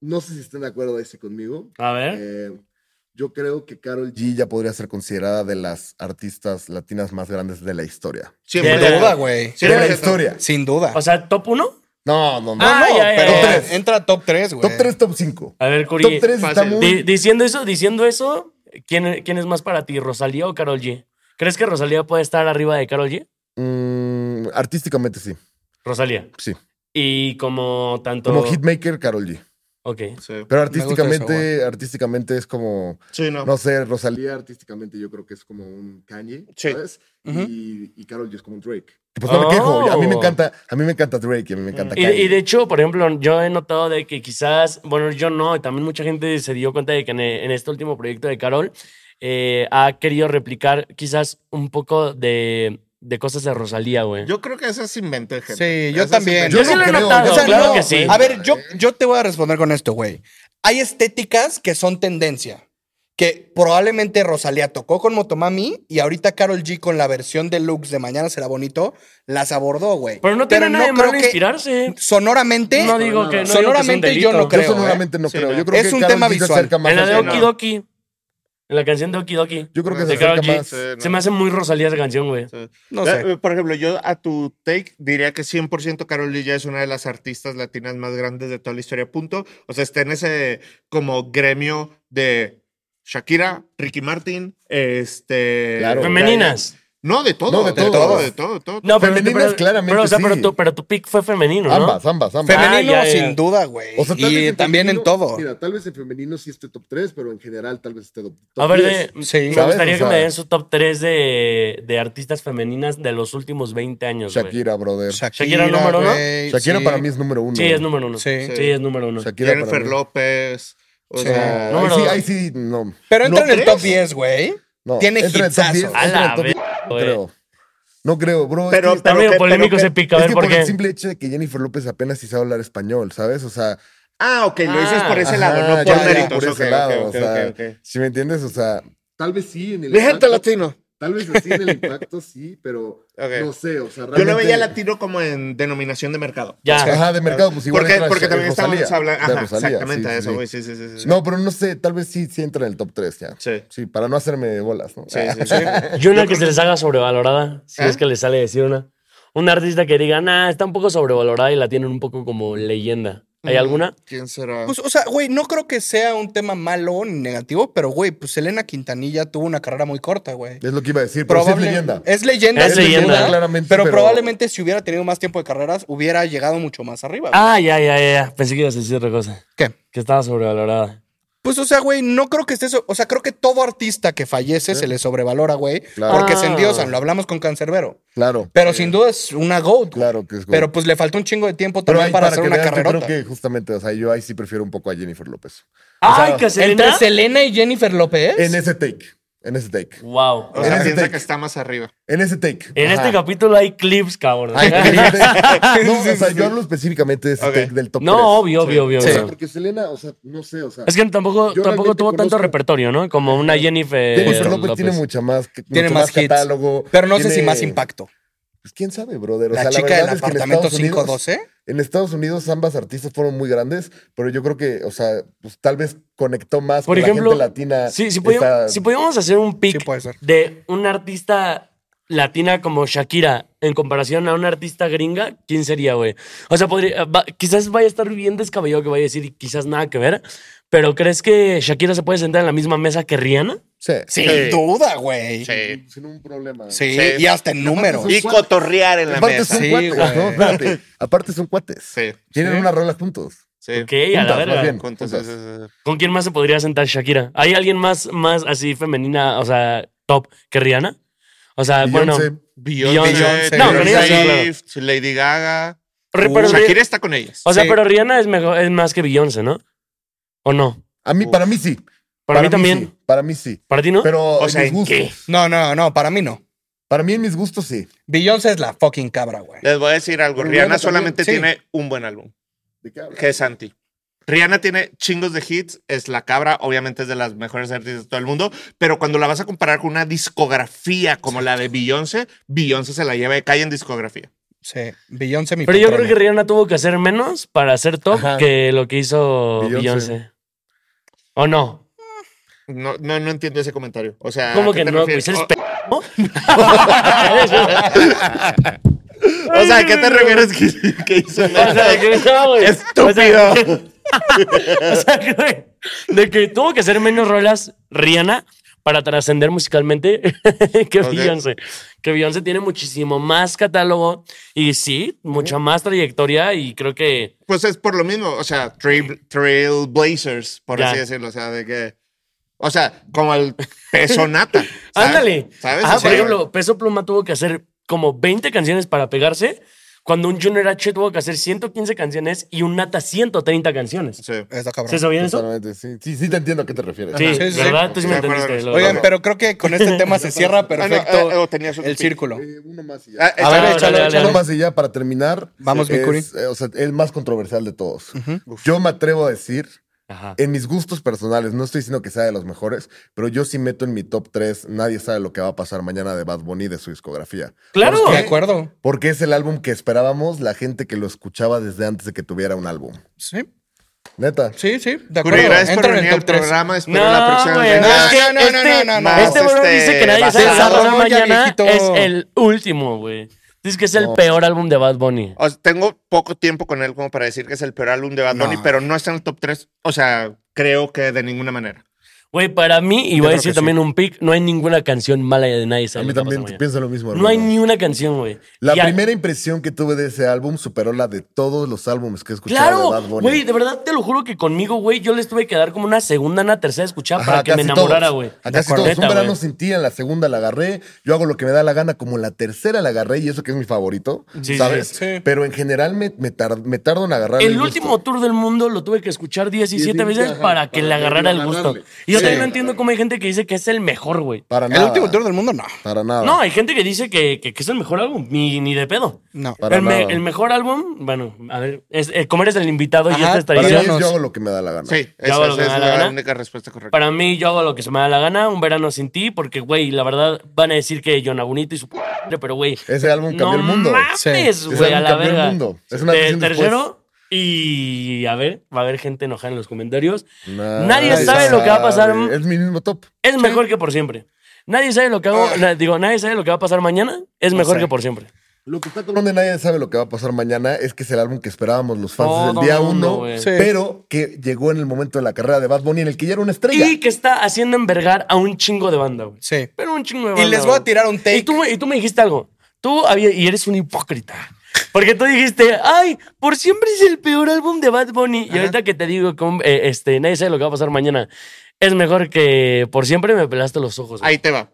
D: no sé si están de acuerdo ese conmigo.
C: A ver.
D: Eh, yo creo que Carol G ya podría ser considerada de las artistas latinas más grandes de la historia.
A: Siempre.
C: De
B: Sin duda,
C: la-
B: güey.
A: Sí,
D: de la
A: perfecto.
D: historia.
B: Sin duda.
C: O sea, top 1?
D: No, no, no.
C: Ah,
B: no,
C: ya, ya,
B: pero
C: ya, ya.
B: entra- entra top 3, güey.
D: top 3, top 5.
C: A ver,
D: Top
C: Curi.
D: 3 está
A: Fácil.
D: muy.
C: di- diciendo eso, diciendo eso, ¿quién, ¿quién es más para ti, Rosalía o Carol G? ¿Crees que Rosalía puede estar arriba de Carol G?
D: Mm, artísticamente sí.
C: Rosalía.
D: Sí.
C: Y como tanto.
D: Como hitmaker, Carol G.
C: Ok.
A: Sí.
D: Pero
B: gusta eso,
D: artísticamente, artísticamente es como.
A: Sí, no.
D: No sé, Rosalía artísticamente yo creo que es como un Kanye,
A: Sí.
D: ¿sabes?
B: Ujú.
D: Y, y Karol G es como un Drake. Y Pues no
C: Oh. Mm.
D: me quejo, a mí me encanta, a mí me encanta Drake y a mí me encanta
C: Y,
D: Kanye.
C: y de hecho, por ejemplo, yo he notado de que quizás, bueno, yo no, y también mucha gente se dio cuenta de que en, en este último proyecto de Carol eh, ha querido replicar quizás un poco de, de cosas de Rosalía, güey.
A: Yo creo que esa es invento de gente.
B: Sí, yo
A: Esa es
B: también.
A: invento.
C: Yo sí lo he notado,
B: O sea,
C: claro
B: no,
C: que sí.
B: A ver, yo, yo te voy a responder con esto, güey. Hay estéticas que son tendencia. Que probablemente Rosalía tocó con Motomami y ahorita Carol G con la versión deluxe de Mañana será bonito las abordó, güey.
C: Pero no tiene nada de malo
B: creo que
C: inspirarse. ¿eh?
B: Sonoramente,
C: No digo que no. digo que sea un
B: sonoramente yo no
C: delito.
D: yo
B: creo.
D: sonoramente no
A: Sí,
D: creo.
A: no.
D: Yo creo
B: Es
D: que
B: un
D: Karol
B: tema
D: G se
B: visual.
D: acerca más
C: En la
D: a
C: de
D: su-
A: sí, no.
C: Oki Doki. En la canción de Oki Doki.
D: Yo creo que se
A: De
C: Karol
D: acerca
C: G.
D: más.
A: Sí, no.
C: Se me hace muy Rosalía esa canción, güey.
A: Sí.
B: No
A: Eh,
B: sé.
A: eh, Por ejemplo, yo a tu take diría que 100% Carol G ya es una de las artistas latinas más grandes de toda la historia, punto. O sea, está en ese como gremio de Shakira, Ricky Martin, este...
D: Claro.
C: Femeninas.
A: No, de todo,
D: No, de
A: de,
D: todo.
A: todo, de todo, de todo.
C: No, pero-
D: Femeninas,
C: pero-
D: claramente
C: Pero, o sea, pero,
D: sí.
C: tu, pero tu pick fue femenino, ¿no?
D: Ambas, ambas, ambas.
C: Fem-
B: Femenino,
C: Ah, ya, ya.
B: sin duda, güey.
D: O sea, tal vez
B: y
D: en
B: también en
D: femenino-
B: todo.
D: Mira, tal vez en femenino sí esté top 3, pero en general tal vez esté top, top
C: A ver,
D: 10.
C: de-
B: Sí.
C: me
D: ¿Sabes?
C: gustaría
D: O
C: que me
D: sea-
C: den su top 3 de, de artistas femeninas de los últimos 20 años. güey.
D: Shakira, brother.
C: Shakira número uno.
B: güey,
D: Shakira
B: sí.
D: para mí es número uno.
C: Sí, es número uno. Sí,
B: Sí.
C: es número uno.
D: Shakira para
A: Jennifer
D: mí.
A: López. O
B: Sí.
A: sea,
D: Ahí
C: Número
D: sí,
C: dos.
D: ahí sí, no.
B: Pero entra
A: ¿No
B: en el
A: crees?
B: top 10, güey.
D: no.
B: Tiene
D: Entra en el top
B: hitsazo.
D: 10,
C: A
D: entra en el
C: la
D: top
C: vez,
D: 10, No creo. No creo, bro. es
A: Pero-
D: que-
C: Está
A: pero
C: medio
A: que-
C: polémico
A: pero que-
C: ese pick, a
D: es
C: ver
D: que
C: por
D: por
C: qué.
D: el simple hecho de que Jennifer López apenas sí sabe hablar español, ¿sabes? O sea,
A: Ah, ok, lo dices
C: Ah,
A: por ese
D: ajá,
A: lado, no por
D: ya, ya,
A: méritos.
D: por
A: ok,
D: ese
A: ok,
D: lado,
A: ok,
D: o
A: ok,
D: sea,
A: ok.
D: si me entiendes, o sea,
E: Tal vez sí en el
A: Mi gente
E: impacto,
A: latino.
E: tal vez sí en el impacto sí, pero
A: Ok.
E: no sé, o sea,
A: Yo lo
E: realmente
A: veía latino como en denominación de mercado.
C: Ya.
D: ajá, de mercado, pues igual
A: porque
D: entra
A: porque
D: Sh-
A: también
D: Rosalía,
A: estábamos hablando.
D: de
A: Ajá,
D: Rosalía,
A: exactamente,
D: sí,
A: a
D: sí,
A: eso,
D: sí.
A: güey. Sí, sí, sí. sí.
D: No, pero no sé, tal vez sí, sí entra en el top 3 ya. Sí.
A: Sí.
D: para no hacerme bolas, ¿no? Ah.
A: Sí, sí,
D: [laughs]
A: sí.
C: Y una que se les haga sobrevalorada, si
A: ¿Eh?
C: es que les sale decir una. Un artista que diga, nah, está un poco sobrevalorada y la tienen un poco como leyenda. ¿Hay alguna?
A: ¿Quién será?
B: Pues, o sea, güey, no creo que sea un tema malo ni negativo, pero, güey, pues Elena Quintanilla tuvo una carrera muy corta, güey.
D: Es lo que iba a decir, pero sí es
B: Probable-
D: leyenda.
B: Es leyenda.
C: Es
B: sin
C: leyenda.
B: duda,
D: Claramente,
B: pero,
D: pero-
B: probablemente si hubiera tenido más tiempo de carreras, hubiera llegado mucho más arriba. güey.
C: Ah, ya, ya, ya. ya. Pensé que ibas a decir otra cosa.
B: ¿Qué?
C: Que estaba sobrevalorada.
B: Pues, o sea, güey, no creo que esté eso. O sea, creo que todo artista que fallece se le sobrevalora, güey.
D: Claro.
B: Porque se
C: Ah.
B: endiosan. Lo hablamos con Cancerbero.
D: Claro,
B: Pero sin duda es una GOAT. güey.
D: claro que es
B: Pero pues le faltó un chingo de tiempo
D: Pero
B: también
D: ahí
B: para, hacer
D: que
B: una
D: veas, yo
B: carrerota.
D: Creo que justamente, o sea, yo ahí sí prefiero un poco a Jennifer López.
C: ¡Ay, que se
B: Entre Selena y Jennifer López.
D: En ese take, en ese take.
C: Wow.
A: O sea,
D: Ajá.
A: piensa
D: Take.
A: que está más arriba.
D: En ese take.
C: En
D: Ajá.
C: este capítulo hay clips, cabrón.
D: Ay,
C: [laughs]
A: [laughs]
D: en ese take. No,
B: Sí,
D: o sea,
B: sí, sí.
D: yo hablo específicamente de ese
A: Ok.
D: take del top 3.
C: no, obvio, obvio, obvio.
B: Sí.
C: obvio.
E: porque Selena, o sea, no sé, o sea,
C: Es que tampoco,
E: Yo
C: tampoco
E: realmente
C: tuvo tanto
E: conozco-
C: repertorio, ¿no? Como una Jennifer.
D: Jennifer López,
C: eh, López.
D: tiene mucha más, que-
B: Tiene
D: mucho
B: más, hits.
D: catálogo.
B: pero no sé
D: tiene-
B: si más impacto.
D: Pues quién sabe, brother. O
B: La
D: sea,
B: chica del
D: verdad es que en
B: apartamento
D: Estados Unidos-
B: 512.
D: En Estados Unidos ambas artistas fueron muy grandes, pero yo creo que, o sea, pues tal vez conectó más
C: Por
D: con
C: ejemplo,
D: la gente latina.
C: Sí, si,
D: esta-
C: pudiéramos, si pudiéramos hacer un pick
B: Sí, puede ser.
C: de un artista latina como Shakira en comparación a una artista gringa, ¿quién sería, güey? O sea, podría, va- quizás vaya a estar bien descabellado que vaya a decir y quizás nada que ver, pero ¿crees que Shakira se puede sentar en la misma mesa que Rihanna?
D: Sí.
B: Sin
A: Sí.
B: duda, güey. Sí.
A: Sí.
E: Sin un problema.
A: Sí.
B: y hasta en números.
A: Y cotorrear en la
D: Aparte
A: mesa.
D: son
B: Sí,
D: cuates,
B: güey.
D: ¿no? Espérate. Aparte son cuates.
A: Sí,
D: Tienen una rola juntos.
A: sí.
C: Ok, a la
D: Juntas, más
C: verga.
D: bien.
A: Juntos, sí,
D: juntas.
A: sí, sí.
C: ¿Con quién más se podría sentar Shakira? ¿Hay alguien más, más así femenina, o sea, top que Rihanna? O sea, Ah, bueno,
D: Beyoncé.
A: Beyoncé,
B: Beyoncé,
A: Taylor
B: no, con ella sí,
A: Swift, Lady Gaga.
C: re- pero Ri-
A: Uh, Shakira está con ellas.
C: o sea,
B: sí.
C: pero Rihanna es, mejor, es más que Beyoncé, ¿no? ¿O no?
D: A mí, para mí sí.
C: Para, mí, también.
D: sí, Para mí sí.
C: ¿Para ti no?
D: Pero
A: O
D: en
A: sea,
D: mis
A: ¿en
D: gustos.
A: qué?
B: No, no, no, para mí no.
D: Para mí en mis gustos sí.
B: Beyoncé es la fucking cabra, güey.
A: Les voy a decir algo.
E: Pero Rihanna
A: Rihanna
E: también,
A: solamente
B: sí.
A: tiene un buen álbum,
E: ¿De qué hablas?
A: que es Santi. Rihanna tiene chingos de hits, es la cabra, obviamente es de las mejores artistas de todo el mundo, pero cuando la vas a comparar con una discografía como la de Beyoncé, Beyoncé se la lleva de calle en discografía.
B: Sí, Beyoncé mi
C: Pero yo creo
B: patrona.
C: que Rihanna tuvo que hacer menos para ser top
D: Ajá.
C: que lo que hizo
D: Beyoncé.
C: Beyoncé. ¿O no?
A: No, no, no entiendo ese comentario. O sea,
C: ¿Cómo
A: ¿a qué
C: que
A: te
C: no?
A: refieres?
C: Pues eres
A: O-
C: p-
A: [laughs]
C: [laughs]
A: o, sea, ¿a qué te refieres que, que hizo?
C: O [laughs] sea, que no, güey. O sea,
A: Estúpido.
C: o sea, [laughs] que, güey, de que tuvo que hacer menos rolas Rihanna para trascender musicalmente [laughs] que
A: Ok.
C: Beyoncé. Que Beyoncé tiene muchísimo más catálogo y sí, mucha más trayectoria y creo que...
A: Pues es por lo mismo, o sea, trail, Blazers, por
C: Ya.
A: así decirlo, o sea, de que. O sea, como el peso nata. ¿sabes?
C: [laughs] Ándale.
A: ¿Sabes?
C: Ah,
A: O sea,
C: por ejemplo, Peso Pluma tuvo que hacer como 20 canciones para pegarse, cuando un Junior H tuvo que hacer 115 canciones y un Nata 130 canciones.
A: sí.
B: Está
C: ¿Se
B: cabrón.
C: sabían eso?
D: Totalmente, sí. Sí, sí te entiendo a qué te refieres.
C: Sí,
B: sí, sí.
C: ¿verdad? Tú sí
A: Sí,
C: me
A: me acuerdo de
C: entendiste.
A: eso.
C: lo-
B: Oigan,
C: lo-
B: pero creo que con este tema se
A: [laughs]
B: cierra
A: Ah, no,
B: perfecto
A: eh, eh, o tenías otro
B: el
A: pick.
B: círculo.
E: Eh, uno más y ya.
A: Ah,
C: A
A: échale,
C: ver, échale,
A: échale.
C: échale.
D: Uno más y ya para terminar.
B: Vamos, mi
D: es,
B: Curi.
D: eh, O sea, el más controversial de todos. Yo me atrevo a decir,
C: Ajá.
D: en mis gustos personales, no estoy diciendo que sea de los mejores, pero yo sí meto en mi top 3 Nadie sabe lo que va a pasar mañana de Bad Bunny de su discografía.
C: Claro.
B: Pues, De acuerdo.
D: Porque es el álbum que esperábamos la gente que lo escuchaba desde antes de que tuviera un álbum.
B: Sí,
D: Neta.
B: sí, sí. De
A: Curi,
B: acuerdo.
A: gracias por
B: Entra en
A: venir
B: el
A: al
B: top 3.
A: programa. Espero
C: No,
A: la próxima
C: güey,
A: vez
C: no,
A: vengas.
C: es
B: no,
C: que
B: no, no,
C: este,
B: no, no.
C: este bro
A: Este,
C: dice que nadie
A: vas
C: sabe
A: a-
C: lo que va a pasar
B: Desarrolla,
C: mañana
B: viejito.
C: es el último, güey. Dice que es el peor álbum de Bad Bunny.
A: O sea, tengo poco tiempo con él como para decir que es el peor álbum de Bad Bunny,
B: No.
A: pero no está en el top 3. O sea, creo que de ninguna manera.
C: Güey, para mí, y
D: Yo
C: voy a
D: creo
C: decir
D: que
C: también un pick, no hay ninguna canción mala de nadie.
D: A
C: sabe
D: mí
C: lo que va
D: también
C: pasar mañana.
D: pienso lo mismo.
C: No hay
D: hermano.
C: ni una canción, güey.
D: La
C: Y a-
D: primera impresión que tuve de ese álbum superó la de todos los álbumes que he escuchado de
C: Claro,
D: Bad Bunny.
C: güey, de verdad te lo juro que conmigo, güey, yo les tuve que dar como una segunda, una tercera escuchada
D: Ajá,
C: para que me
D: casi
C: enamorara,
D: todos.
C: güey.
D: A Casi
C: Neta,
D: todos. Un verano
C: güey.
D: sin ti, en la segunda la agarré. Yo hago lo que me da la gana, como en la tercera la agarré, y eso que es mi favorito,
C: Sí,
D: ¿sabes?
B: sí, sí.
D: Pero en general me, me, tar- me tardo en agarrar
C: El
D: gusto.
C: último tour del mundo lo tuve que escuchar 17
E: Diecisiete,
C: veces
E: ajá,
C: para que
E: para
C: le
E: que
C: agarrara el
E: iba a
C: gusto.
E: ganarle.
C: Y yo
B: Sí.
C: también no entiendo cómo hay gente que dice que es el mejor, güey.
D: Para nada.
B: El último tour del mundo, no.
D: Para nada.
C: No, hay gente que dice que, que- que es el mejor álbum, ni, ni de pedo.
B: No.
D: Para
C: el, me-
D: nada.
C: el mejor álbum, bueno, a ver, es, eh, como eres el invitado y
B: Ajá,
C: esta es
D: para mí es
C: tradición.
B: Díganos.
D: yo hago lo que me da la gana.
A: Sí,
C: Ya
A: esa,
C: va lo
A: esa
C: que me da
A: es
C: la
A: la,
C: gana.
A: única respuesta correcta.
C: Para mí, yo hago lo que se me da la gana, un verano sin ti, porque, güey, la verdad van a decir que Yonagunito y su p pero, güey.
D: Ese álbum cambió
C: no
D: el mundo.
C: mames,
B: Sí.
C: güey,
D: Ese
C: a
D: álbum
C: la
D: cambió el
C: verga.
D: mundo. Es una
C: Eh,
D: versión después.
C: tercero, y a ver, va a haber gente enojada en los comentarios.
D: Nah,
C: Nadie sabe lo que va a pasar.
D: Es mi mismo top.
C: Es mejor que por siempre. Nadie sabe lo que hago,
D: Ah.
C: na- digo, nadie sabe lo que va a pasar mañana, es mejor que por siempre.
E: Lo que está con
D: Donde nadie sabe lo que va a pasar mañana es que es el álbum que esperábamos los fans
C: Todo
D: desde el día
C: mundo,
D: uno,
C: güey.
B: Sí.
D: pero que llegó en el momento de la carrera de Bad Bunny en el que ya era una estrella.
C: Y que está haciendo envergar a un chingo de banda, güey.
B: Sí.
C: Pero un chingo de
B: Y
C: banda,
B: les voy a
C: güey.
B: tirar un take. [laughs]
C: Y tú, me- y tú me dijiste algo. Tú había- y eres un hipócrita. Porque tú dijiste, ay, por siempre es el peor álbum de Bad Bunny. Y ahorita que te digo, que, eh, este, nadie sabe lo que va a pasar mañana. Es mejor que por siempre me pelaste los ojos. güey.
A: Ahí te va.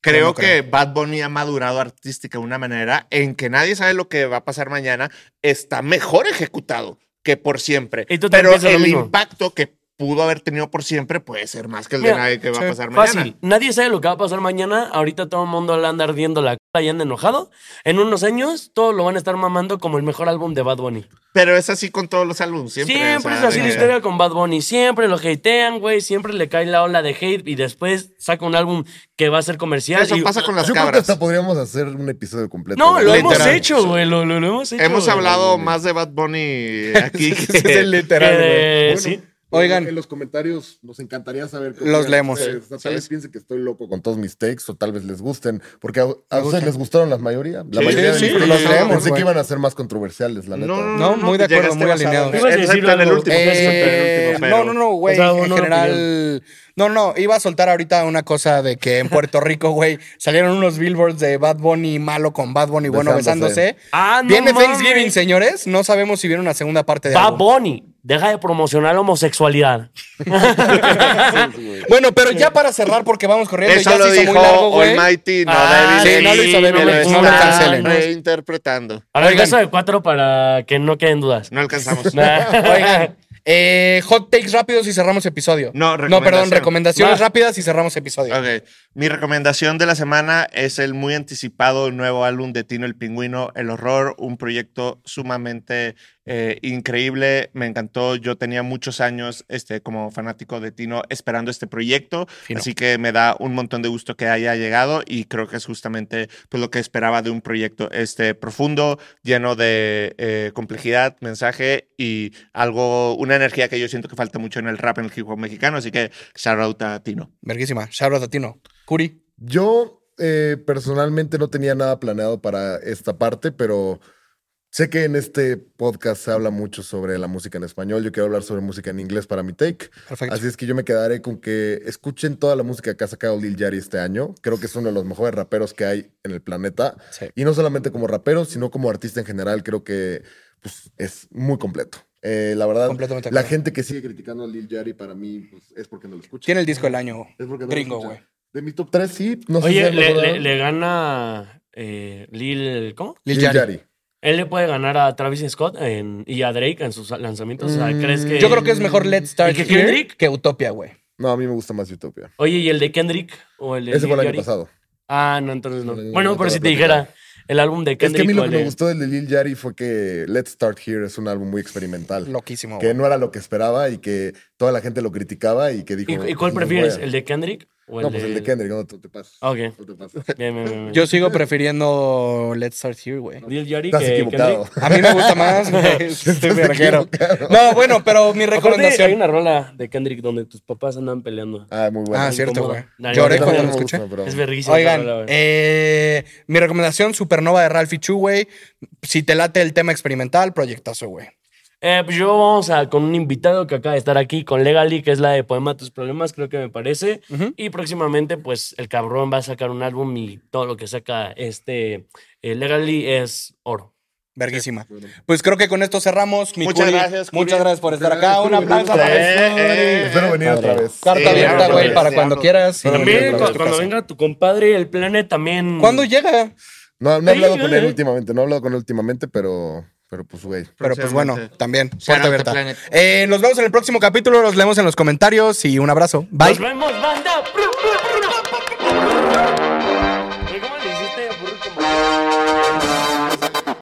A: Creo
B: no
A: que Bad Bunny ha madurado artística de una manera en que nadie sabe lo que va a pasar mañana. Está mejor ejecutado que por siempre.
C: Y tú
A: Pero
C: también piensas lo
A: el
C: mismo.
A: impacto que pudo haber tenido por siempre puede ser más que el
C: Mira,
A: de nadie que va
B: sí,
A: a pasar
C: Fácil.
A: mañana.
C: Nadie sabe lo que va a pasar mañana. Ahorita todo el mundo le anda ardiendo la cara y anda enojado. En unos años, todos lo van a estar mamando como el mejor álbum de Bad Bunny.
A: Pero es así con todos los álbumes. Siempre,
C: Siempre,
A: o sea,
C: es así
A: de
C: la
A: que-
C: historia con Bad Bunny. Siempre lo hatean, güey. Siempre le cae la ola de hate y después saca un álbum que va a ser comercial.
A: Eso
C: y-
A: pasa con las
D: Yo creo que
A: cabras.
D: hasta podríamos hacer un episodio completo.
C: No, lo
D: ¿verdad?
C: hemos
A: Literal.
C: hecho, güey. Lo, lo- lo hemos hecho.
A: Hemos
B: [laughs]
C: güey.
A: hablado más de Bad Bunny aquí.
B: Ese
A: que- [laughs]
B: es el literal,
C: Que de-
B: güey.
D: eh,
C: sí.
B: Oigan.
E: En los comentarios nos encantaría saber. qué
B: Los
E: opinan
B: leemos.
E: ustedes. O sea,
B: Sí,
E: tal vez
B: sí.
E: piensen que estoy loco con todos mis takes o tal vez les gusten. Porque a, a
B: Me
E: ustedes
B: gustan.
E: les gustaron la mayoría. La
A: Sí,
E: mayoría
A: sí,
E: de mis
A: sí,
E: takes.
A: los leemos,
E: Pensé
B: güey.
E: que iban a ser más controversiales, la
A: No,
E: neta.
A: no,
B: No, muy de acuerdo,
A: llegaste
B: muy
A: basado.
B: alineado.
C: Ibas a decir
A: Excepto en el
C: algo.
A: último.
C: Eh,
A: excepto en el último, pero-
B: no, no, no, güey.
C: O sea,
B: en
C: una
B: general. No, no, iba a soltar ahorita una cosa de que en Puerto Rico, güey, salieron unos billboards de Bad Bunny malo con Bad Bunny bueno
D: Besándose.
B: besándose.
C: Ah, no
B: Viene
C: mames.
B: Thanksgiving, señores. No sabemos si viene una segunda parte de
C: Va
B: algo.
C: Bonnie. Deja de promocionar la homosexualidad.
B: Bueno, pero ya para cerrar, porque vamos corriendo.
A: Eso
B: ya
A: lo
B: se hizo
A: dijo
B: muy largo, güey.
A: Almighty, no
C: Ah,
A: David.
B: sí, no lo hizo David
A: me lo
B: Lynch, no lo
A: están
B: cancelen.
A: reinterpretando.
C: A ver,
B: Oigan.
C: beso de cuatro para que no queden [laughs] dudas.
A: No alcanzamos.
B: [laughs]
D: [laughs]
B: Oigan, eh, hot takes rápidos y cerramos episodio.
A: No,
B: No, perdón,
A: recomendación.
B: recomendaciones
C: Va.
B: rápidas y cerramos episodio.
A: Ok. Mi recomendación de la semana es el muy anticipado nuevo álbum de Tino el Pingüino, El Horror, un proyecto sumamente eh, increíble. Me encantó. Yo tenía muchos años este, como fanático de Tino esperando este proyecto,
B: Fino.
A: así que me da un montón de gusto que haya llegado y creo que es justamente pues, lo que esperaba de un proyecto este, profundo, lleno de eh, complejidad, mensaje y algo, una energía que yo siento que falta mucho en el rap, en el hip hop mexicano. Así que shout out a Tino.
B: Verguísima. Shout out a Tino. Curi.
D: Yo eh, personalmente no tenía nada planeado para esta parte, pero sé que en este podcast se habla mucho sobre la música en español. Yo quiero hablar sobre música en inglés para mi take.
B: Perfecto.
D: Así es que yo me quedaré con que escuchen toda la música que ha sacado Lil Yari este año. Creo que es uno de los mejores raperos que hay en el planeta.
B: Sí.
D: Y no solamente como rapero, sino como artista en general. Creo que pues, es muy completo. Eh, la verdad,
B: Completamente de
D: la
B: acuerdo.
D: gente que sigue
E: Sigue criticando a Lil Yari para mí pues, es porque no lo escucha.
B: Tiene el disco del año.
E: Es porque no lo
B: Gringo,
E: escucha.
B: güey.
E: De mi top 3.
D: tres, sí. No sé si
C: Oye,
D: han
C: le,
D: logrado.
C: le- le gana eh, Lil. ¿Cómo?
D: Lil
B: Yachty.
D: Yachty.
C: Él le puede ganar a Travis Scott en- y a Drake en sus lanzamientos. O sea, ¿crees
D: Mm,
C: que.?
B: Yo creo que es mejor Let's Start
C: ¿Y que
B: Here
C: Kendrick?
B: que Utopia, güey.
D: No, a mí me gusta más Utopia.
C: Oye, ¿y el de Kendrick? ¿O el de
D: Ese
C: Lil
D: fue el año
C: Yachty?
D: pasado.
C: Ah, no, entonces no.
D: No, no,
C: Bueno,
D: no,
C: pero
D: te
C: si
D: voy a
C: te
D: platicar.
C: dijera el álbum de
D: Es que a
C: Kendrick.
D: mí
C: o
D: lo que
C: el
D: me
C: de-
D: gustó del de Lil Yachty fue que Let's Start Here es un álbum muy experimental.
B: Loquísimo,
C: Oh,
D: que
B: güey.
D: no era lo que esperaba y que toda la gente lo criticaba y que dijo... "Pues,
C: ¿Y, y cuál
D: "No,
C: prefieres?
D: güey".
C: ¿El de Kendrick? ¿O el
D: No, pues el de Kendrick. No,
E: No te pases.
C: Ah, Ok.
E: No te pases.
C: Bien, bien, bien, bien.
B: Yo sigo prefiriendo Let's Start Here, güey.
C: Lil Yachty
D: [laughs] estás
C: que
D: equivocado.
C: Kendrick.
B: A mí me gusta [laughs] más, güey. Estoy verguero. No, bueno, pero mi
C: Aparte, hay
B: recomendación.
C: una rola de Kendrick donde tus papás andan peleando.
D: Ah, muy bueno.
B: Ah, cierto,
C: incómoda.
B: güey.
C: Nadie
B: Lloré
C: me
B: cuando lo
C: gusta,
B: escuché.
D: pero-
C: Es verguísima. esa rola,
B: Oigan,
C: güey.
B: eh, mi recomendación, Supernova de Ralphie Chu, güey. Si te late el tema experimental, proyectazo, güey.
C: Eh, pues yo vamos a con un invitado que acaba de estar aquí con Legally, que es la de Poema Tus Problemas, creo que me parece. Y próximamente, pues el cabrón va a sacar un álbum y todo lo que saca este eh, Legally es oro.
B: Verguísima. Pues creo que con esto cerramos. Mi
A: Muchas
B: Curi,
A: gracias, Curi.
B: Muchas gracias por estar acá. Un aplauso para
A: Eh, eh,
D: Espero venir otra vez.
B: Carta
A: Sí,
B: abierta,
A: claro,
B: güey,
A: claro.
B: para
A: Sí,
B: cuando
A: claro.
B: quieras.
D: Pero
B: Y
C: También
D: Pero
B: nos vemos
C: cuando,
B: en tu
C: cuando
B: casa.
C: venga tu compadre, el plane también.
B: ¿Cuándo
A: Mm.
B: llega?
D: No, no he
C: Sí,
D: hablado con
C: güey.
D: él últimamente, no he hablado con él últimamente, pero, pero pues, güey.
B: Pero pues bueno,
A: Próximamente.
B: también,
A: Shout
B: puerta
A: out to
B: abierta.
A: Planet.
B: Eh, nos vemos en el próximo capítulo, los leemos en los comentarios y un abrazo. Bye.
C: Nos vemos, banda. ¿Cómo le hiciste, burro? Como-